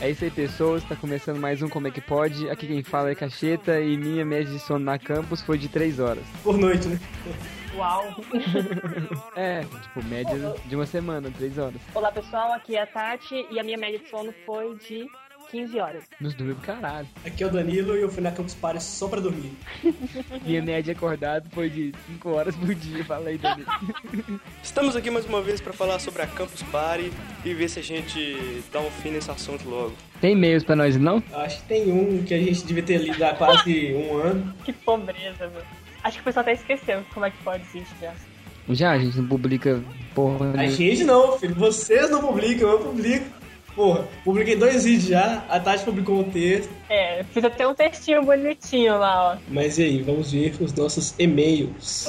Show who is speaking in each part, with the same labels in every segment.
Speaker 1: É isso aí, pessoas. Tá começando mais um Como é que pode. Aqui quem fala é Cacheta e minha média de sono na campus foi de 3 horas.
Speaker 2: Por noite, né?
Speaker 3: Uau!
Speaker 1: É, tipo, média de uma semana, 3 horas.
Speaker 3: Olá pessoal, aqui é a Tati e a minha média de sono foi de 15 horas.
Speaker 1: Nos dormiu pro caralho.
Speaker 2: Aqui é o Danilo e eu fui na Campus Party só pra dormir.
Speaker 1: Minha média acordada foi de 5 horas por dia. Fala aí, Danilo.
Speaker 4: Estamos aqui mais uma vez para falar sobre a Campus Party e ver se a gente dá um fim nesse assunto logo.
Speaker 1: Tem e-mails pra nós, não?
Speaker 2: Eu Acho que tem um que a gente devia ter lido há quase um ano.
Speaker 3: Que pobreza, mano. Acho que o pessoal até esqueceu como é que pode existir já.
Speaker 1: Já, a gente não publica porra
Speaker 2: A
Speaker 1: né?
Speaker 2: gente não, filho. Vocês não publicam, eu publico. Porra, publiquei dois vídeos já, a Tati publicou um texto.
Speaker 3: É, fiz até um textinho bonitinho lá, ó.
Speaker 2: Mas e aí, vamos ver os nossos e-mails.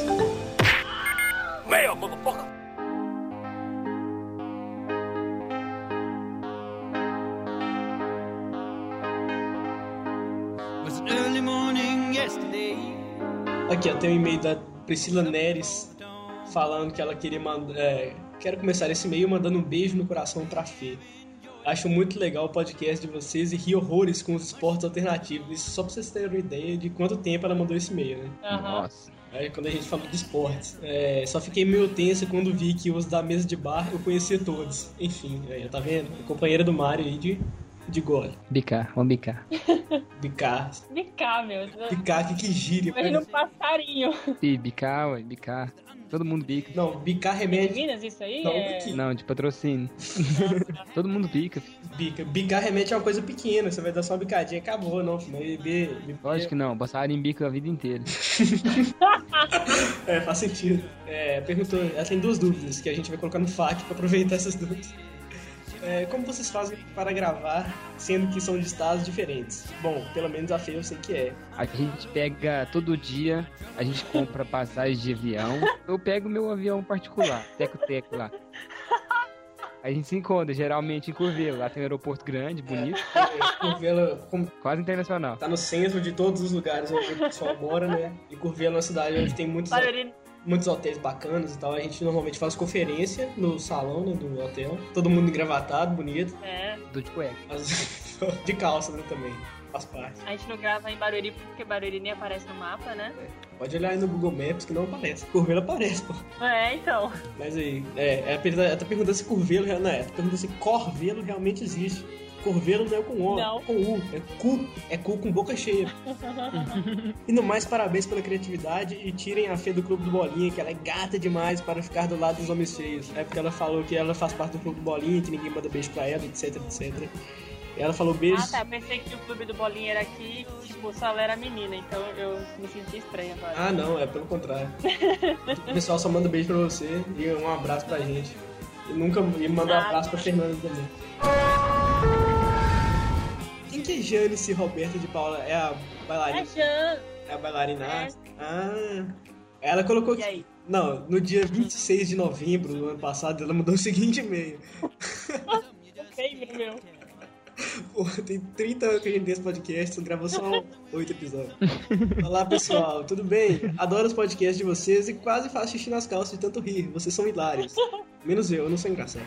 Speaker 5: was an early morning yesterday.
Speaker 2: Aqui, ó, tem um e-mail da Priscila Neres falando que ela queria mandar. é, quero começar esse e-mail mandando um beijo no coração pra Fê. Acho muito legal o podcast de vocês e ri horrores com os esportes alternativos. Isso só pra vocês terem uma ideia de quanto tempo ela mandou esse e-mail, né?
Speaker 3: Aham.
Speaker 1: Nossa.
Speaker 2: Aí, quando a gente falou de esportes. É, só fiquei meio tensa quando vi que os da mesa de bar eu conhecia todos. Enfim, aí, tá vendo? É companheira do Mário aí de, de gole.
Speaker 1: Bicar, vamos bicar.
Speaker 2: Bicar.
Speaker 3: Vem cá, meu.
Speaker 2: Bicar, que, que gíria.
Speaker 3: Imagina um passarinho.
Speaker 1: Ih, bicar, ué, bicar. Todo mundo bica.
Speaker 2: Não, bicar
Speaker 3: De
Speaker 2: remédio.
Speaker 3: Minas, isso aí?
Speaker 2: Não,
Speaker 3: é...
Speaker 2: daqui.
Speaker 1: Não, de patrocínio. Todo mundo bica. filho.
Speaker 2: Bica. Bicar remete a uma coisa pequena, você vai dar só uma bicadinha, acabou, não, filho. Aí, Beber, beber-
Speaker 1: Lógico que não, passaram em bico a vida inteira.
Speaker 2: É, faz sentido. É, perguntou, ela tem duas dúvidas que a gente vai colocar no FAQ pra aproveitar essas dúvidas. É, como vocês fazem para gravar, sendo que são de estados diferentes? Bom, pelo menos a Fê eu sei que é.
Speaker 1: A gente pega todo dia, a gente compra passagem de avião. Eu pego meu avião particular, teco-teco lá. A gente se encontra, geralmente em Curvelo. Lá tem um aeroporto grande, bonito,
Speaker 2: É, Curvelo, como
Speaker 1: quase internacional.
Speaker 2: tá no centro de todos os lugares onde o pessoal mora, né? E Curvelo é uma cidade onde tem muitos,
Speaker 3: Bailarina.
Speaker 2: muitos hotéis bacanas e tal. A gente normalmente faz conferência no salão né, do hotel. Todo mundo engravatado, bonito.
Speaker 3: É,
Speaker 1: Do tipo de cueca.
Speaker 2: As- de calça né, também, faz parte.
Speaker 3: a gente não grava em Barueri porque Barueri nem aparece no mapa, né?
Speaker 2: Pode olhar aí no Google Maps que não aparece. Curvelo aparece, pô.
Speaker 3: É, então.
Speaker 2: Mas aí, é, é a pergunta- ela tá perguntando se curvelo, real- não é, tá perguntando se corvelo realmente existe. Corvelo não é com O,
Speaker 3: Não.
Speaker 2: é com U, é cu, é cu com boca cheia. e no mais, parabéns pela criatividade e tirem a fé do Clube do Bolinha, que ela é gata demais para ficar do lado dos homens feios. É porque ela falou que ela faz parte do Clube do Bolinha, que ninguém manda beijo pra ela, etc, etc. Ela falou beijo.
Speaker 3: Ah, tá. Pensei que o clube do Bolinha era aqui, tipo, só ela era menina, então eu me senti estranha agora.
Speaker 2: Ah, não, é pelo contrário. o pessoal só manda beijo pra você e um abraço pra gente. E nunca e manda um
Speaker 3: Ah.
Speaker 2: abraço pra Fernanda também. Quem que é Janice Roberta de Paula? É a
Speaker 3: É
Speaker 2: bailarina?
Speaker 3: Jean.
Speaker 2: É a bailarina?
Speaker 3: É.
Speaker 2: Ah. Ela colocou
Speaker 3: E
Speaker 2: que.
Speaker 3: aí?
Speaker 2: Não, no dia 26 de novembro do ano passado, ela mandou o seguinte e-mail.
Speaker 3: Eu sei, meu.
Speaker 2: Porra, tem 30 anos que a gente tem esse podcast, só gravou só 8 episódios. Olá, pessoal, tudo bem? Adoro os podcasts de vocês e quase faço xixi nas calças de tanto rir. Vocês são hilários. Menos eu, eu não sou engraçado.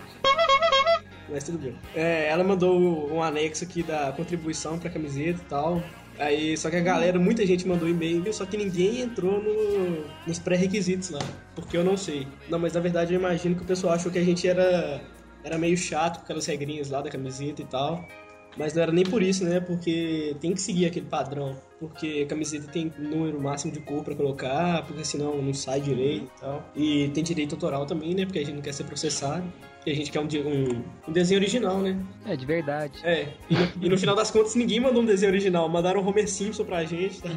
Speaker 2: Mas tudo bem. É, ela mandou um anexo aqui da contribuição pra camiseta e tal. Aí, só que a galera, muita gente mandou e-mail, só que ninguém entrou no- nos pré-requisitos lá. Porque eu não sei. Não, mas na verdade eu imagino que o pessoal achou que a gente era, era meio chato com aquelas regrinhas lá da camiseta e tal. Mas não era nem por isso, né? Porque tem que seguir aquele padrão. Porque a camiseta tem número máximo de cor pra colocar, porque senão não sai direito e tal. E tem direito autoral também, né? Porque a gente não quer ser processado. E a gente quer um, de- um- um desenho original, né?
Speaker 1: É, de verdade.
Speaker 2: É. E no, e no final das contas, ninguém mandou um desenho original. Mandaram o Homer Simpson pra gente, tá?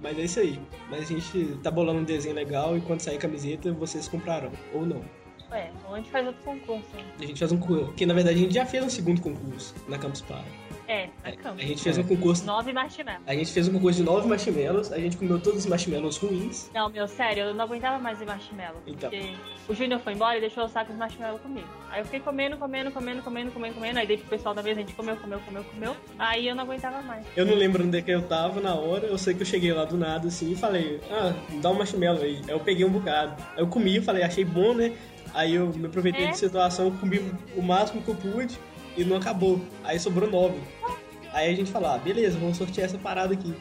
Speaker 2: Mas é isso aí. Mas a gente tá bolando um desenho legal e quando sair a camiseta, vocês comprarão. Ou não.
Speaker 3: Ué, onde faz outro concurso? hein?
Speaker 2: A gente faz um... cu- Porque, na verdade, a gente já fez um segundo concurso na Campus Party.
Speaker 3: É, na
Speaker 2: A
Speaker 3: cama.
Speaker 2: gente fez um concurso
Speaker 3: Nove marshmallows.
Speaker 2: A gente fez um concurso de nove marshmallows, a gente comeu todos os marshmallows ruins.
Speaker 3: Não, meu, sério, eu não aguentava mais ver marshmallow.
Speaker 2: Então.
Speaker 3: Porque o Júnior foi embora e deixou o saco de marshmallow comigo. Aí eu fiquei comendo, comendo, comendo, comendo, comendo, comendo. Aí dei pro pessoal da mesa, a gente comeu, comeu, comeu, comeu. Aí eu não aguentava mais.
Speaker 2: Eu não lembro onde é que eu tava na hora, eu sei que eu cheguei lá do nada assim e falei, ah, dá um marshmallow aí. Aí eu peguei um bocado. Aí eu comi, eu falei, achei bom, né? Aí eu me aproveitei
Speaker 3: É.
Speaker 2: da situação, comi o máximo que eu pude. e não acabou. Aí sobrou nove. Aí a gente fala, ah, beleza, vamos sortear essa parada aqui.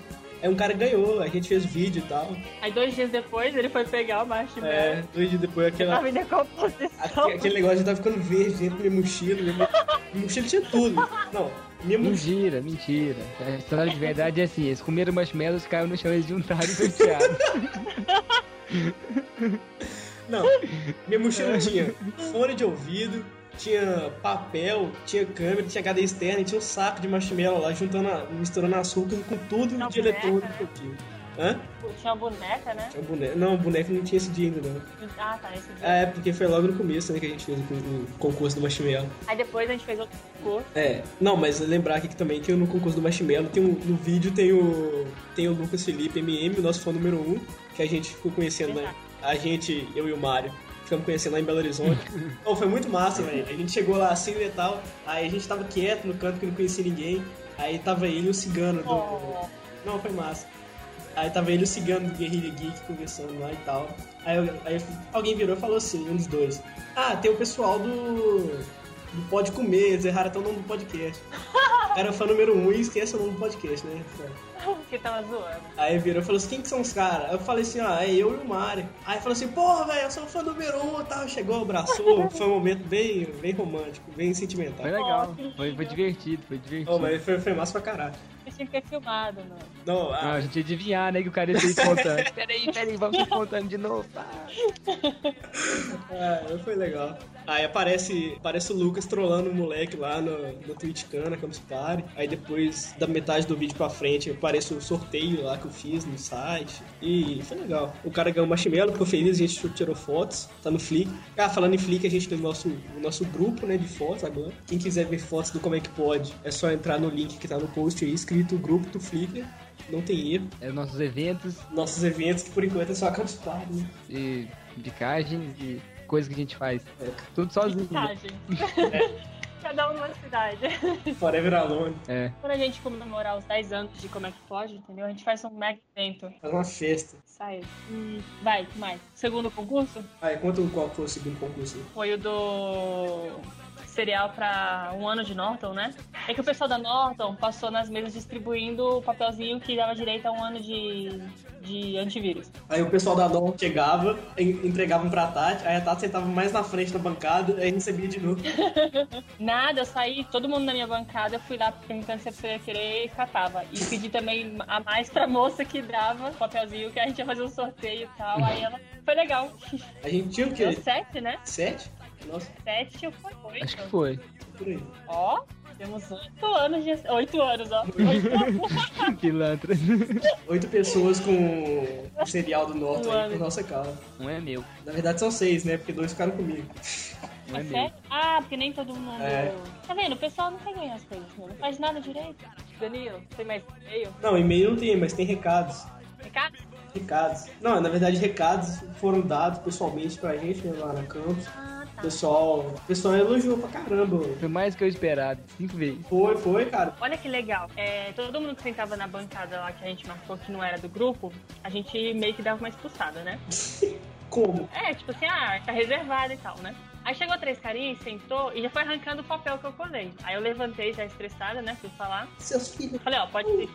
Speaker 2: Aí um cara ganhou, a gente fez vídeo e tal.
Speaker 3: Aí dois dias depois ele foi pegar o marshmallow.
Speaker 2: É, dois dias depois
Speaker 3: Ele
Speaker 2: aquela.
Speaker 3: tava em decomposição.
Speaker 2: Aque- Aquele negócio já tava ficando verde dentro da minha mochila. Minha, mo- minha mochila tinha tudo. Não, minha
Speaker 1: Mentira,
Speaker 2: mochila.
Speaker 1: mentira. A história de verdade é assim: eles comeram marshmallows, caíram no chão, eles juntaram e sortearam.
Speaker 2: Não, minha mochila tinha fone de ouvido, tinha papel, tinha câmera, tinha HD externa e tinha um saco de marshmallow lá, juntando, a- misturando açúcar com tudo
Speaker 3: Tinha
Speaker 2: de
Speaker 3: boneca,
Speaker 2: eletrônico
Speaker 3: né?
Speaker 2: que eu tinha. Hã?
Speaker 3: Tinha uma boneca, né?
Speaker 2: Tinha um boneco. Não, boneco não tinha esse dia ainda, não.
Speaker 3: Ah, tá, esse dia.
Speaker 2: Ah, é, porque foi logo no começo né, que a gente fez o, con- o concurso do marshmallow.
Speaker 3: Aí depois a gente fez outro curso.
Speaker 2: É, não, mas lembrar aqui que também tem no concurso do Marshmallow, tem um, no vídeo tem o tem o Lucas Felipe MM, o nosso fã número um, que a gente ficou conhecendo, né? a gente, eu e o Mário, ficamos conhecendo lá em Belo Horizonte. Então foi muito massa, velho. A gente chegou lá assim e tal, aí a gente tava quieto no canto que não conhecia ninguém, aí tava ele e o cigano do,
Speaker 3: Oh,
Speaker 2: não, foi massa. Aí tava ele e o cigano do Guerrilha Geek conversando lá e tal. Aí, eu- aí eu- alguém virou e falou assim, um dos dois. Ah, tem o pessoal do. do Pode Comer, eles erraram até o nome do podcast. Era fã número um e esquece o nome do podcast, né?
Speaker 3: que tava zoando.
Speaker 2: Aí virou e falou assim, quem que são os caras? Aí Eu falei assim, ah, é eu e o Mari. Aí falou assim, porra, velho, eu sou fã número um e tal. Chegou, abraçou, foi um momento bem, bem romântico, bem sentimental.
Speaker 1: Foi legal,
Speaker 3: Oh, que
Speaker 1: foi, foi
Speaker 3: lindo.
Speaker 1: divertido, foi divertido.
Speaker 2: Não, mas foi, foi massa pra caralho.
Speaker 3: Isso tinha que ter filmado, mano.
Speaker 2: Não,
Speaker 1: Não,
Speaker 2: ah,
Speaker 1: a gente ia adivinhar, né? Que o cara ia sair contando. peraí, peraí, vamos sair contando de novo. Ah.
Speaker 2: É, foi legal. Aí aparece, aparece o Lucas trollando o moleque lá no, no Twitchcan, na Campus Party. Aí depois, da metade do vídeo pra frente, aparece o sorteio lá que eu fiz no site. E foi legal. O cara ganhou o marshmallow, ficou feliz, a gente tirou fotos, tá no Flick. Ah, falando em Flick, a gente tem o nosso, o nosso grupo, né, de fotos agora. Quem quiser ver fotos do Como é que pode, é só entrar no link que tá no post aí, escrito grupo do Flickr. Não tem erro.
Speaker 1: É, nossos eventos
Speaker 2: Nossos eventos, que por enquanto é só a Campus Party, né?
Speaker 1: e bicagens e coisas que a gente faz. É Tudo sozinho. né?
Speaker 3: Mensagem.
Speaker 2: É.
Speaker 3: Cada um numa cidade.
Speaker 2: Forever Alone.
Speaker 1: É.
Speaker 3: Quando a gente comemorar os 10 anos de como é que pode, entendeu? A gente faz um mega evento.
Speaker 2: Faz uma festa.
Speaker 3: Sai. Hum, vai, que mais? Segundo concurso
Speaker 2: Ah, e conta qual foi o segundo concurso.
Speaker 3: foi o do cereal pra um ano de Norton, né? É que o pessoal da Norton passou nas mesas distribuindo o papelzinho que dava direito a um ano de, de antivírus.
Speaker 2: Aí o pessoal da Dom chegava, en- entregava um pra Tati, aí a Tati sentava mais na frente da bancada, aí recebia de novo.
Speaker 3: Nada, eu saí, todo mundo na minha bancada, eu fui lá perguntando se a pessoa ia querer e catava. E pedi também a mais pra moça que dava o papelzinho, que a gente ia fazer um sorteio e tal. Aí ela. Foi legal.
Speaker 2: A gente tinha o
Speaker 3: Deu
Speaker 2: quê?
Speaker 3: sete, né?
Speaker 2: Sete? Nossa,
Speaker 3: Sete ou foi oito?
Speaker 1: É, Acho que foi.
Speaker 2: por aí.
Speaker 3: Ó, temos oito anos de. Oito anos, ó. Oito
Speaker 1: Pilantra.
Speaker 2: Oito pessoas com o cereal do Norte
Speaker 3: Um
Speaker 2: aí
Speaker 3: ano.
Speaker 2: por nossa causa.
Speaker 1: Não é meu.
Speaker 2: Na verdade são seis, né? Porque dois ficaram comigo.
Speaker 1: Não é
Speaker 3: anos.
Speaker 1: meu.
Speaker 3: Sério? Ah, porque nem todo mundo.
Speaker 2: É.
Speaker 3: Tá vendo? O pessoal não quer ganhar as coisas, não faz nada direito. Danilo, tem mais e-mail?
Speaker 2: Não, e-mail não tem, mas tem recados.
Speaker 3: Ricardo?
Speaker 2: Recados. Não, na verdade recados foram dados pessoalmente pra gente né, lá na campus.
Speaker 3: Ah,
Speaker 2: O
Speaker 3: tá.
Speaker 2: pessoal, o pessoal elogiou pra caramba.
Speaker 1: Foi mais que eu esperado. Cinco vezes.
Speaker 2: Foi, foi, cara.
Speaker 3: Olha que legal. É, todo mundo que sentava na bancada lá que a gente marcou que não era do grupo, a gente meio que dava uma expulsada, né?
Speaker 2: Como?
Speaker 3: É, tipo assim, ah, tá reservado e tal, né? Aí chegou três carinhas, sentou e já foi arrancando o papel que eu colei. Aí eu levantei já estressada, né? Fui falar.
Speaker 2: Seus filhos.
Speaker 3: Falei, ó, pode,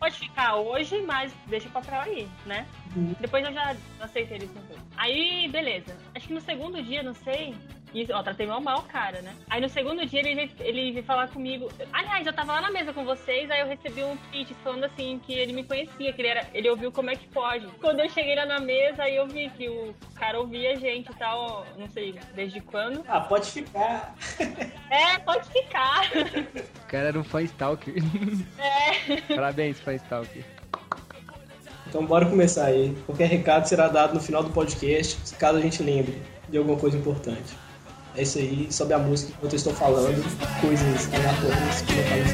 Speaker 3: pode ficar hoje, mas deixa o papel aí, né?
Speaker 2: Uhum.
Speaker 3: Depois eu já aceitei eles no grupo. Aí, beleza. Acho que no segundo dia, não sei. E, ó, tratei mal mal o cara, né? Aí no segundo dia ele, veio- ele veio falar comigo. Aliás, eu tava lá na mesa com vocês, aí eu recebi um tweet falando assim que ele me conhecia, que ele, era, ele ouviu como é que pode. Quando eu cheguei lá na mesa, aí eu vi que o cara ouvia a gente e tal, não sei desde quando.
Speaker 2: Ah, pode ficar.
Speaker 3: É, pode ficar.
Speaker 1: O cara era um fã stalker. É. Parabéns, fã stalker.
Speaker 2: Então bora começar aí. Qualquer recado será dado no final do podcast, caso a gente lembre de alguma coisa importante. É isso aí, sobe a música enquanto eu estou falando coisas aleatórias que não fazem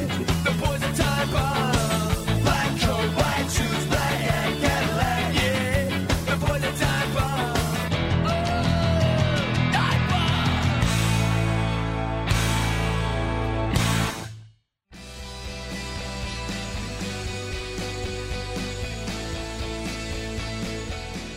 Speaker 2: sentido.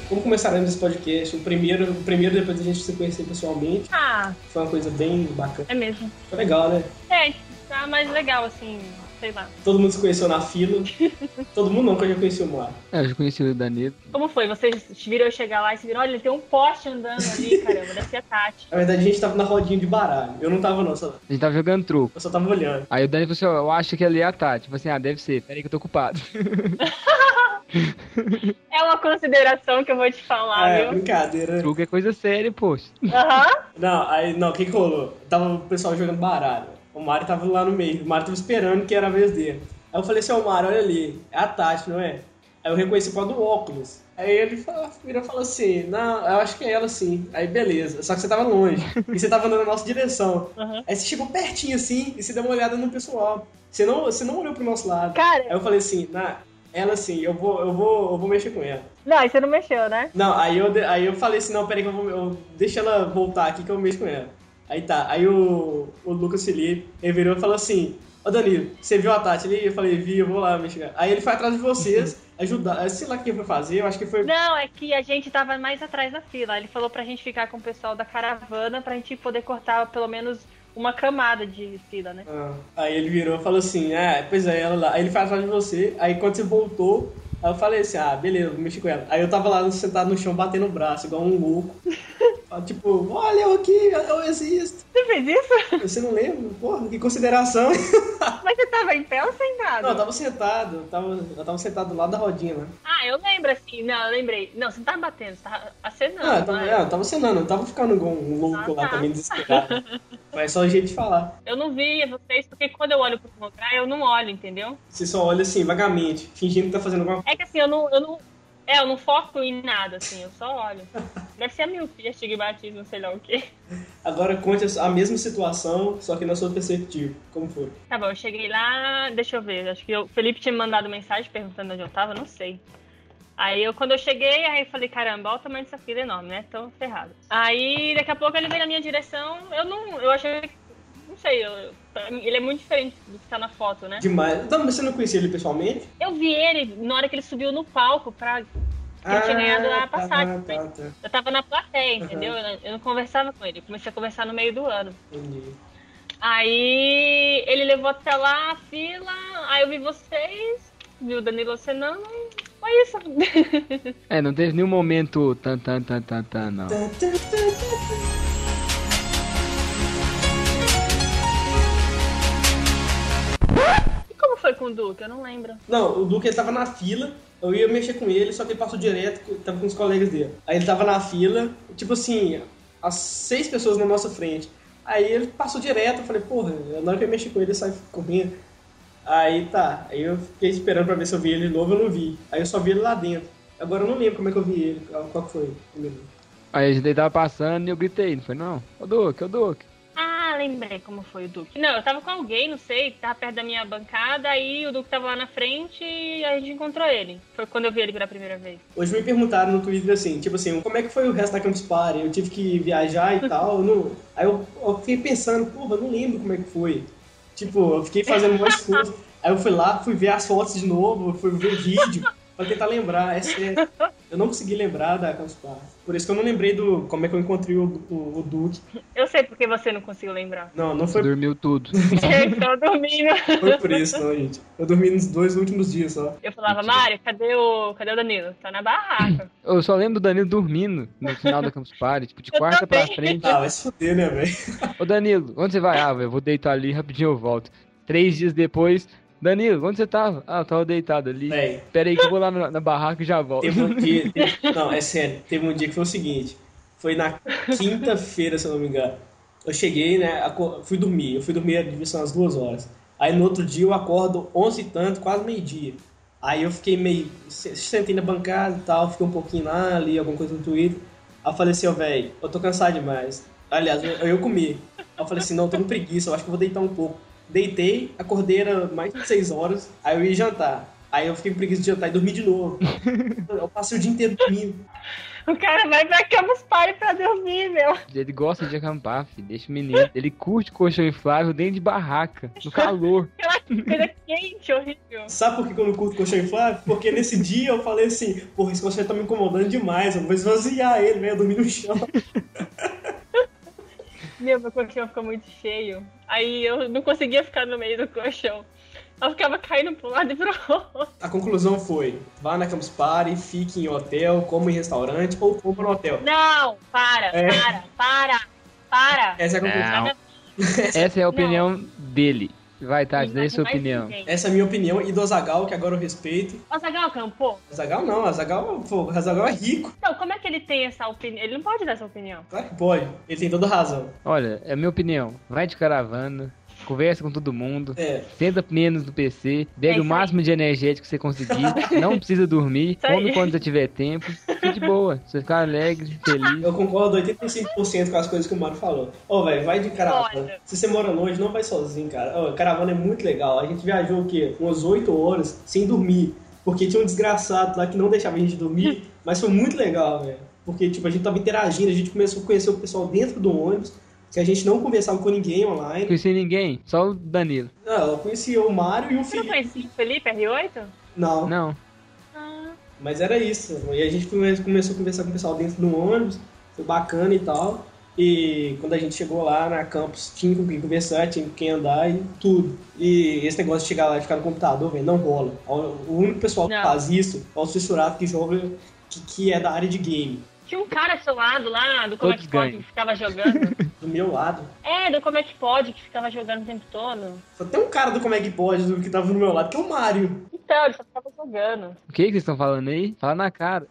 Speaker 2: como começaremos esse podcast? O primeiro, o primeiro depois a gente se conhecer pessoalmente.
Speaker 3: Ah,
Speaker 2: Foi uma coisa bem bacana.
Speaker 3: é mesmo.
Speaker 2: Foi legal, né?
Speaker 3: É, tá mais legal, assim, sei lá.
Speaker 2: Todo mundo se conheceu na fila. Todo mundo não, que eu já conheci o Moá.
Speaker 1: É, eu já conheci o Danilo.
Speaker 3: Como foi? Vocês viram eu chegar lá e se viram, olha, tem um poste andando ali, caramba, deve ser a Tati.
Speaker 2: Na verdade, a gente tava na rodinha de baralho. Eu não tava, não, só,
Speaker 1: A gente tava jogando truco.
Speaker 2: eu só tava olhando.
Speaker 1: Aí o Danilo falou assim, ó, eu acho que ali é a Tati. Eu falei assim, ah, deve ser. Peraí que eu tô ocupado.
Speaker 3: É uma consideração que eu vou te falar,
Speaker 2: é,
Speaker 3: viu?
Speaker 2: brincadeira. né?
Speaker 1: truco é coisa séria, poxa.
Speaker 3: Aham.
Speaker 2: Não, aí, não, o que que rolou? Tava o pessoal jogando baralho. O Mário tava lá no meio. O Mário tava esperando que era a vez dele. Aí eu falei assim, ô Mário, olha ali. É a Tati, não é? Aí eu reconheci por causa do óculos. Aí ele fala, virou e falou assim, não, eu acho que é ela sim. Aí beleza, só que você tava longe. e você tava andando na nossa direção.
Speaker 3: Aham.
Speaker 2: Aí você chegou pertinho assim e você deu uma olhada no pessoal. Você não, você não olhou pro nosso lado.
Speaker 3: Cara,
Speaker 2: Aí eu falei assim, na, ela assim, eu vou, eu vou, eu vou mexer com ela.
Speaker 3: não, aí você não mexeu, né?
Speaker 2: Não, aí eu, de- aí eu falei assim, não, peraí que eu vou. Eu, deixa ela voltar aqui que eu mexo com ela. Aí tá, aí o, o Lucas Felipe, ele virou e falou assim, ô Danilo, você viu a Tati ali? Eu falei, vi, eu vou lá mexer. com ela." Aí ele foi atrás de vocês, ajudar, eh, sei lá quem foi fazer, eu acho que foi.
Speaker 3: Não, é que a gente tava mais atrás da fila. Ele falou pra gente ficar com o pessoal da caravana pra gente poder cortar pelo menos uma camada de fila, né?
Speaker 2: Ah, Aí ele virou e falou assim, ah, pois é, ela lá. Aí ele foi atrás de você, aí quando você voltou, aí eu falei assim, ah, beleza, vou mexer com ela. Aí eu tava lá sentado no chão batendo o braço, igual um louco. tipo, olha eu aqui, eu existo.
Speaker 3: Você fez isso?
Speaker 2: Você não lembra? Porra, que consideração.
Speaker 3: Mas você tava em pé ou sentado?
Speaker 2: Não, eu tava sentado, eu tava, eu tava sentado lá da rodinha, né?
Speaker 3: Ah, eu lembro assim. Não, eu lembrei. Não, você não tá batendo, você tá acenando.
Speaker 2: Não, eu tava,
Speaker 3: vai.
Speaker 2: é, eu tava cenando, eu tava ficando igual um louco
Speaker 3: Ah,
Speaker 2: lá
Speaker 3: tá.
Speaker 2: também, desesperado. Mas é só o jeito de falar.
Speaker 3: Eu não via vocês, porque quando eu olho pro contrário, eu não olho, entendeu?
Speaker 2: Você só olha assim, vagamente, fingindo que tá fazendo alguma coisa.
Speaker 3: É que assim, eu não. Eu não é, eu não foco em nada, assim, eu só olho. Deve ser a miopia, astigmatismo, sei lá o quê.
Speaker 2: Agora conte a a mesma situação, só que na sua perspectiva. Como foi?
Speaker 3: Tá bom, eu cheguei lá, deixa eu ver, acho que eu- o Felipe tinha me mandado mensagem perguntando onde eu tava, não sei. Aí eu, quando eu cheguei, aí eu falei, caramba, olha o tamanho dessa fila enorme, né? Tô ferrado. Aí daqui a pouco ele veio na minha direção, eu não. Eu achei. Não sei, eu- pra mim, ele é muito diferente do que tá na foto, né?
Speaker 2: Demais. Não, mas você não conhecia ele pessoalmente?
Speaker 3: Eu vi ele na hora que ele subiu no palco pra. Ele tinha ganhado a passagem.
Speaker 2: Ah, Tá, tá, tá.
Speaker 3: Eu tava na plateia, entendeu? Eu, não- eu não conversava com ele, eu comecei a conversar no meio do ano.
Speaker 2: Entendi.
Speaker 3: Aí ele levou até lá a fila, aí eu vi vocês, vi o Danilo acenando, foi isso.
Speaker 1: É, não teve nenhum momento tan tan tan tan tan, não.
Speaker 2: Tá, tá, tá, tá.
Speaker 3: e como foi com o Duque? Eu não lembro.
Speaker 2: Não, o Duque ele tava na fila, eu ia mexer com ele, só que ele passou direto, tava com os colegas dele. Aí ele tava na fila, tipo assim, as seis pessoas na nossa frente. Aí ele passou direto, eu falei, porra, na hora que eu mexer com ele, ele sai correndo. Aí tá, aí eu fiquei esperando pra ver se eu vi ele de novo, eu não vi. Aí eu só vi ele lá dentro. Agora eu não lembro como é que eu vi ele, qual qual que foi. o primeiro.
Speaker 1: Aí a gente tava passando e eu gritei, não foi não? Ô Duque, ô Duque.
Speaker 3: Ah, lembrei como foi o Duque. Não, eu tava com alguém, não sei, que tava perto da minha bancada, aí o Duque tava lá na frente e a gente encontrou ele. Foi quando eu vi ele pela primeira vez.
Speaker 2: Hoje me perguntaram no Twitter assim, tipo assim, como é que foi o resto da Campus Party? Eu tive que viajar e tal. eu não- Aí eu, eu fiquei pensando, porra, eu não lembro como é que foi. Tipo, eu fiquei fazendo umas coisas. Aí eu fui lá, fui ver as fotos de novo, fui ver vídeo, pra tentar lembrar. É sério. Eu não consegui lembrar da Campus Party. Por isso que eu não lembrei do como é que eu encontrei o, o, o Duke.
Speaker 3: Eu sei porque você não conseguiu lembrar.
Speaker 2: Não, não foi,
Speaker 1: Dormiu tudo.
Speaker 3: Eu tava dormindo.
Speaker 2: foi por isso, não, gente. Eu dormi nos dois últimos dias só.
Speaker 3: Eu falava, Mário, cadê o, cadê o Danilo? Tá na barraca.
Speaker 1: Eu só lembro do Danilo dormindo no final da Campus Party, tipo, de
Speaker 3: Eu
Speaker 1: quarta pra
Speaker 3: também.
Speaker 1: frente.
Speaker 2: Ah, vai se fuder, né, velho?
Speaker 1: Ô Danilo, onde você vai? Ah, velho, eu vou deitar ali, rapidinho eu volto. Três dias depois, Danilo, onde você tava? Ah, eu tava deitado ali.
Speaker 2: Véi,
Speaker 1: Pera aí que eu vou lá na, na barraca e já volto.
Speaker 2: Teve um dia. teve- não, é sério. Teve um dia que foi o seguinte. Foi na quinta-feira, se eu não me engano. Eu cheguei, né? aco- Fui dormir. Eu fui dormir, devia ser umas duas horas. Aí no outro dia eu acordo 11 e tanto, quase meio-dia. Aí eu fiquei meio. se- Sentei na bancada e tal, fiquei um pouquinho lá, li alguma coisa no Twitter. Aí eu falei assim, ó, velho, eu tô cansado demais. Aliás, eu, eu comi. Aí eu falei assim, não, eu tô com preguiça, eu acho que eu vou deitar um pouco. Deitei, acordei, era mais de 6 horas, aí eu ia jantar. Aí eu fiquei com preguiça de jantar e dormi de novo. Eu passei o dia inteiro dormindo.
Speaker 3: O cara vai pra Campus Party pra dormir, meu.
Speaker 1: Ele gosta de acampar, filho. Deixa o menino. Ele curte colchão inflável dentro de barraca, no calor.
Speaker 3: Eu acho Coisa quente, horrível.
Speaker 2: Sabe por que eu não curto colchão inflável? Porque nesse dia eu falei assim, porra, esse colchão tá me incomodando demais, eu vou esvaziar ele, né? Eu dormi no chão.
Speaker 3: Meu, meu colchão ficou muito cheio. Aí eu não conseguia ficar no meio do colchão. Eu ficava caindo pro lado e pro outro.
Speaker 2: A conclusão foi, vá na Campus Party, fique em hotel, coma em restaurante ou coma no hotel.
Speaker 3: Não, para,
Speaker 2: É.
Speaker 3: para, para, para.
Speaker 2: Essa é a conclusão.
Speaker 1: Não.
Speaker 3: Nada-
Speaker 1: Essa é a opinião dele. Vai, Tati, dê sua
Speaker 3: mais
Speaker 1: opinião.
Speaker 3: ninguém.
Speaker 2: Essa é a minha opinião e do Azagal, que agora eu respeito.
Speaker 3: Ô, Zagal Campo,
Speaker 2: Azagal não, Azagal, pô, Azagal é rico.
Speaker 3: então, como é que ele tem essa opinião? Ele não pode dar essa opinião.
Speaker 2: Claro que pode, ele tem toda razão.
Speaker 1: Olha, é a minha opinião. Vai de caravana, conversa com todo mundo,
Speaker 2: É,
Speaker 1: senta menos no PC, bebe
Speaker 3: É
Speaker 1: o
Speaker 3: isso
Speaker 1: máximo de energético que você conseguir, não precisa dormir,
Speaker 3: Isso aí.
Speaker 1: come quando você tiver tempo, fica de boa. Você fica alegre, feliz.
Speaker 2: eu concordo 85% com as coisas que o Mário falou. Ô, velho, vai de caravana.
Speaker 3: Olha.
Speaker 2: Se você mora longe, não vai sozinho, cara. Ô, caravana é muito legal. A gente viajou o quê? Umas 8 horas sem dormir. Porque tinha um desgraçado lá que não deixava a gente dormir, mas foi muito legal, velho. Porque, tipo, a gente tava interagindo, a gente começou a conhecer o pessoal dentro do ônibus, que a gente não conversava com ninguém
Speaker 1: Não
Speaker 2: online.
Speaker 1: conheci ninguém, só o Danilo.
Speaker 2: Não, eu conheci o Mário e o
Speaker 3: Você não
Speaker 2: Felipe.
Speaker 3: conhecia o Felipe R8?
Speaker 2: Não,
Speaker 1: Não.
Speaker 3: Ah,
Speaker 2: Mas era isso. E a gente come- começou a conversar com o pessoal dentro do ônibus, foi bacana e tal. E quando a gente chegou lá na campus, tinha com quem conversar, tinha com quem andar e tudo. E esse negócio de chegar lá e ficar no computador, velho, não rola. O único pessoal que
Speaker 3: Não.
Speaker 2: faz isso é o censurado que joga, que, que é da área de game.
Speaker 3: tinha um cara do seu lado lá, do Como é
Speaker 1: Todos
Speaker 3: que pode,
Speaker 1: ganham.
Speaker 3: que ficava jogando.
Speaker 2: Do meu lado.
Speaker 3: é, do Como é que pode, que ficava jogando o tempo todo.
Speaker 2: Só tem um cara do Como é que pode, do que tava do meu lado, que é o Mario.
Speaker 3: Então, ele só ficava jogando.
Speaker 1: O que, que vocês estão falando aí? Fala na cara.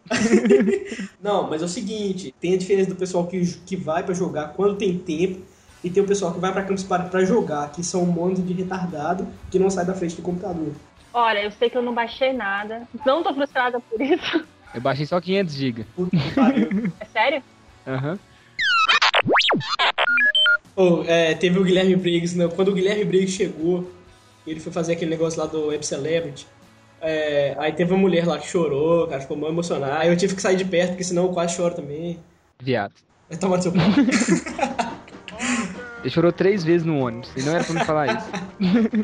Speaker 2: Não, mas é o seguinte, tem a diferença do pessoal que, que vai pra jogar quando tem tempo e tem o pessoal que vai pra Campus Party pra jogar, que são um monte de retardado que não sai da frente do computador.
Speaker 3: Olha, eu sei que eu não baixei nada. Não tô frustrada por isso.
Speaker 1: Eu baixei só 500 GB.
Speaker 2: Puta que pariu.
Speaker 3: É sério?
Speaker 1: Aham.
Speaker 2: Ô, é, teve o Guilherme Briggs, né? Quando o Guilherme Briggs chegou, ele foi fazer aquele negócio lá do Web Celebrity. é, aí teve uma mulher lá que chorou, cara, ficou mal emocionada. Aí eu tive que sair de perto, porque senão eu quase choro também.
Speaker 1: Viado.
Speaker 2: Vai tomar no seu pau.
Speaker 1: Ele chorou três vezes no ônibus. E não era pra me falar isso.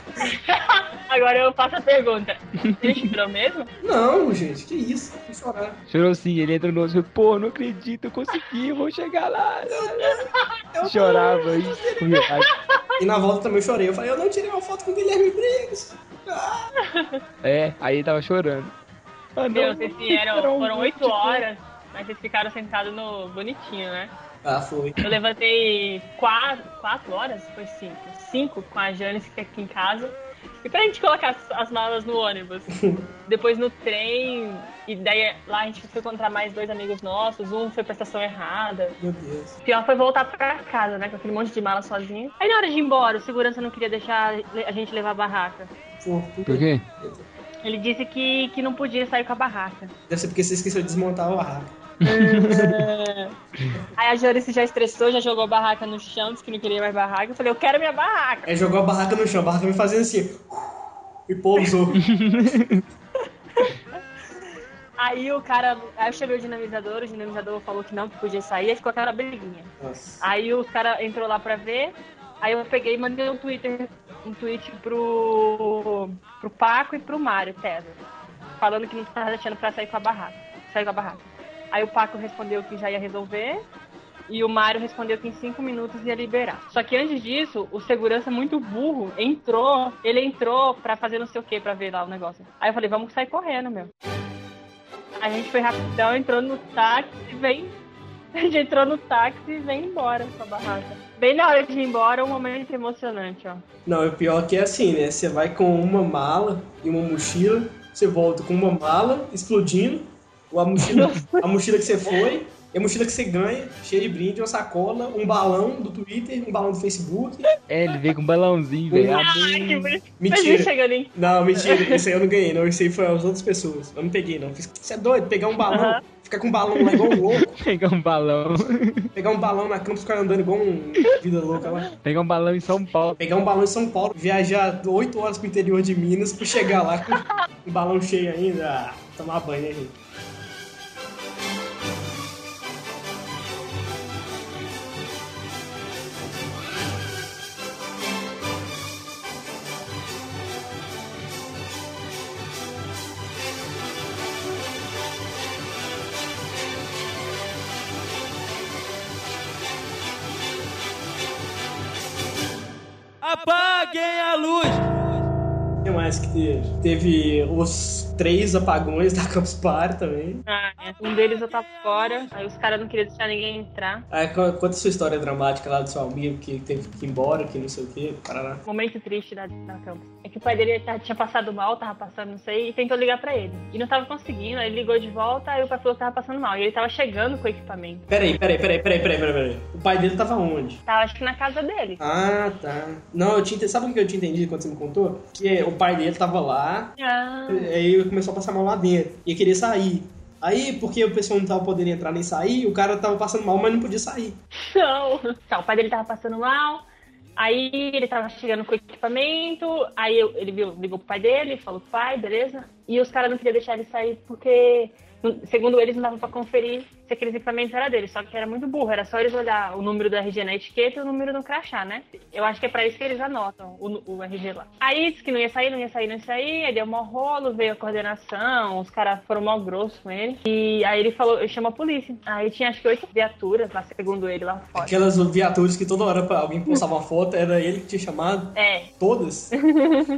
Speaker 3: Agora eu faço a pergunta. Ele chorou mesmo?
Speaker 2: Não, gente, que isso? Tem que chorar.
Speaker 1: Chorou sim, ele entra no ônibus e falou, pô, não acredito, eu consegui, eu vou chegar lá. Chorava aí.
Speaker 2: E na volta também eu chorei. Eu falei, eu não tirei uma foto com o Guilherme Briggs. Ah,
Speaker 1: É, aí ele tava chorando. Ah, não,
Speaker 3: Meu,
Speaker 1: não,
Speaker 3: vocês vieram,
Speaker 1: fizeram um
Speaker 3: foram
Speaker 1: monte
Speaker 3: oito
Speaker 1: de coisa.
Speaker 3: horas, mas vocês ficaram sentados no bonitinho, né?
Speaker 2: ah foi.
Speaker 3: Eu levantei quatro, quatro horas, foi cinco. Cinco com a Janice que é aqui em casa. E pra gente colocar as, as malas no ônibus. Depois no trem, e daí lá a gente foi encontrar mais dois amigos nossos, um foi pra estação errada.
Speaker 2: Meu Deus.
Speaker 3: O Pior foi voltar pra casa, né? Com aquele monte de mala sozinho. Aí na hora de ir embora, o segurança não queria deixar a gente levar a barraca.
Speaker 2: Pô, puta.
Speaker 1: Por quê?
Speaker 3: Ele disse que, que não podia sair com a barraca.
Speaker 2: Deve ser porque você esqueceu de desmontar o barraco.
Speaker 3: Aí a Jorice já estressou, já jogou a barraca no chão, disse que não queria mais barraca. Eu falei, eu quero minha barraca.
Speaker 2: Aí É, jogou a barraca no chão, a barraca me fazendo assim. E pousou.
Speaker 3: Aí o cara, aí eu chamei o dinamizador, o dinamizador falou que não, que podia sair, aí ficou aquela briguinha.
Speaker 2: Nossa.
Speaker 3: Aí o cara entrou lá pra ver, aí eu peguei e mandei um Twitter, um tweet pro, pro Paco e pro Mário, César, falando que não tava deixando pra sair com a barraca, sair com a barraca. Aí o Paco respondeu que já ia resolver, e o Mário respondeu que em cinco minutos ia liberar. Só que antes disso, o segurança muito burro entrou, ele entrou pra fazer não sei o que pra ver lá o negócio. Aí eu falei, vamos sair correndo, meu. A gente foi rapidão, entrou no táxi, vem. A gente entrou no táxi e vem embora com a barraca. Bem na hora de ir embora, um momento emocionante, ó.
Speaker 2: Não, e o pior que é assim, né? Você vai com uma mala e uma mochila, você volta com uma mala explodindo, ou a mochila, a mochila que você foi, e a mochila que você ganha, cheia de brinde, uma sacola, um balão do Twitter, um balão do Facebook.
Speaker 1: É, ele veio com um balãozinho, velho.
Speaker 2: Ah,
Speaker 3: Ai, que bonito. Mas é-
Speaker 2: Mentira.
Speaker 3: chegando em
Speaker 2: Não, mentira, esse aí eu não ganhei, não. Esse aí foi as outras pessoas. Eu não peguei, não. Fiz- Você é doido? Pegar um balão,
Speaker 3: Aham.
Speaker 2: ficar com um balão lá igual um louco,
Speaker 1: Pegar um balão.
Speaker 2: pegar um balão na campus, ficar andando igual um vida louca lá.
Speaker 1: Pegar um balão em São Paulo.
Speaker 2: Pegar um balão em São Paulo, viajar 8 horas pro interior de Minas pra chegar lá com um balão cheio ainda. Ah, tomar banho, né, gente?
Speaker 5: Apaguem a luz!
Speaker 2: O que mais que teve? Teve os três apagões da Campus Party também.
Speaker 3: Ah, é. Um deles eu tava fora, aí os caras não queriam deixar ninguém entrar.
Speaker 2: Aí, co- conta sua história dramática lá do seu amigo que teve que ir embora, que não sei o que, parará.
Speaker 3: Momento triste da, da campus. É que o pai dele tá- tinha passado mal, tava passando, não sei, e tentou ligar pra ele. E não tava conseguindo, aí ele ligou de volta, aí o pai falou que tava passando mal. E ele tava chegando com o equipamento.
Speaker 2: Peraí, peraí, peraí, peraí, peraí, peraí, peraí. O pai dele tava onde?
Speaker 3: Tava, acho que na casa dele.
Speaker 2: Ah, tá. Não, eu tinha. ente- Sabe o que eu tinha entendido quando você me contou? Que o pai dele tava lá,
Speaker 3: Ah,
Speaker 2: aí começou a passar mal lá dentro. E queria sair. Aí, porque o pessoal não tava podendo entrar nem sair, o cara tava passando mal, mas não podia sair.
Speaker 3: não. Tá, o pai dele tava passando mal. Aí ele tava chegando com o equipamento, aí eu- ele viu- ligou pro pai dele, falou, pai, beleza? E os caras não queriam deixar ele sair porque, não- segundo eles, não dava pra conferir se aqueles equipamentos eram dele. Só que era muito burro, era só eles olhar o número do RG na etiqueta e o número no crachá, né? Eu acho que é pra isso que eles anotam o, nu- o RG lá. Aí disse que não ia sair, não ia sair, não ia sair, aí deu mó rolo, veio a coordenação, os caras foram mal grosso com ele. E aí ele falou, eu chamo a polícia. Aí tinha acho que oito viaturas lá, segundo ele, lá fora.
Speaker 2: Aquelas viaturas que toda hora pra alguém postava uma foto, era ele que tinha chamado.
Speaker 3: É,
Speaker 2: Todas?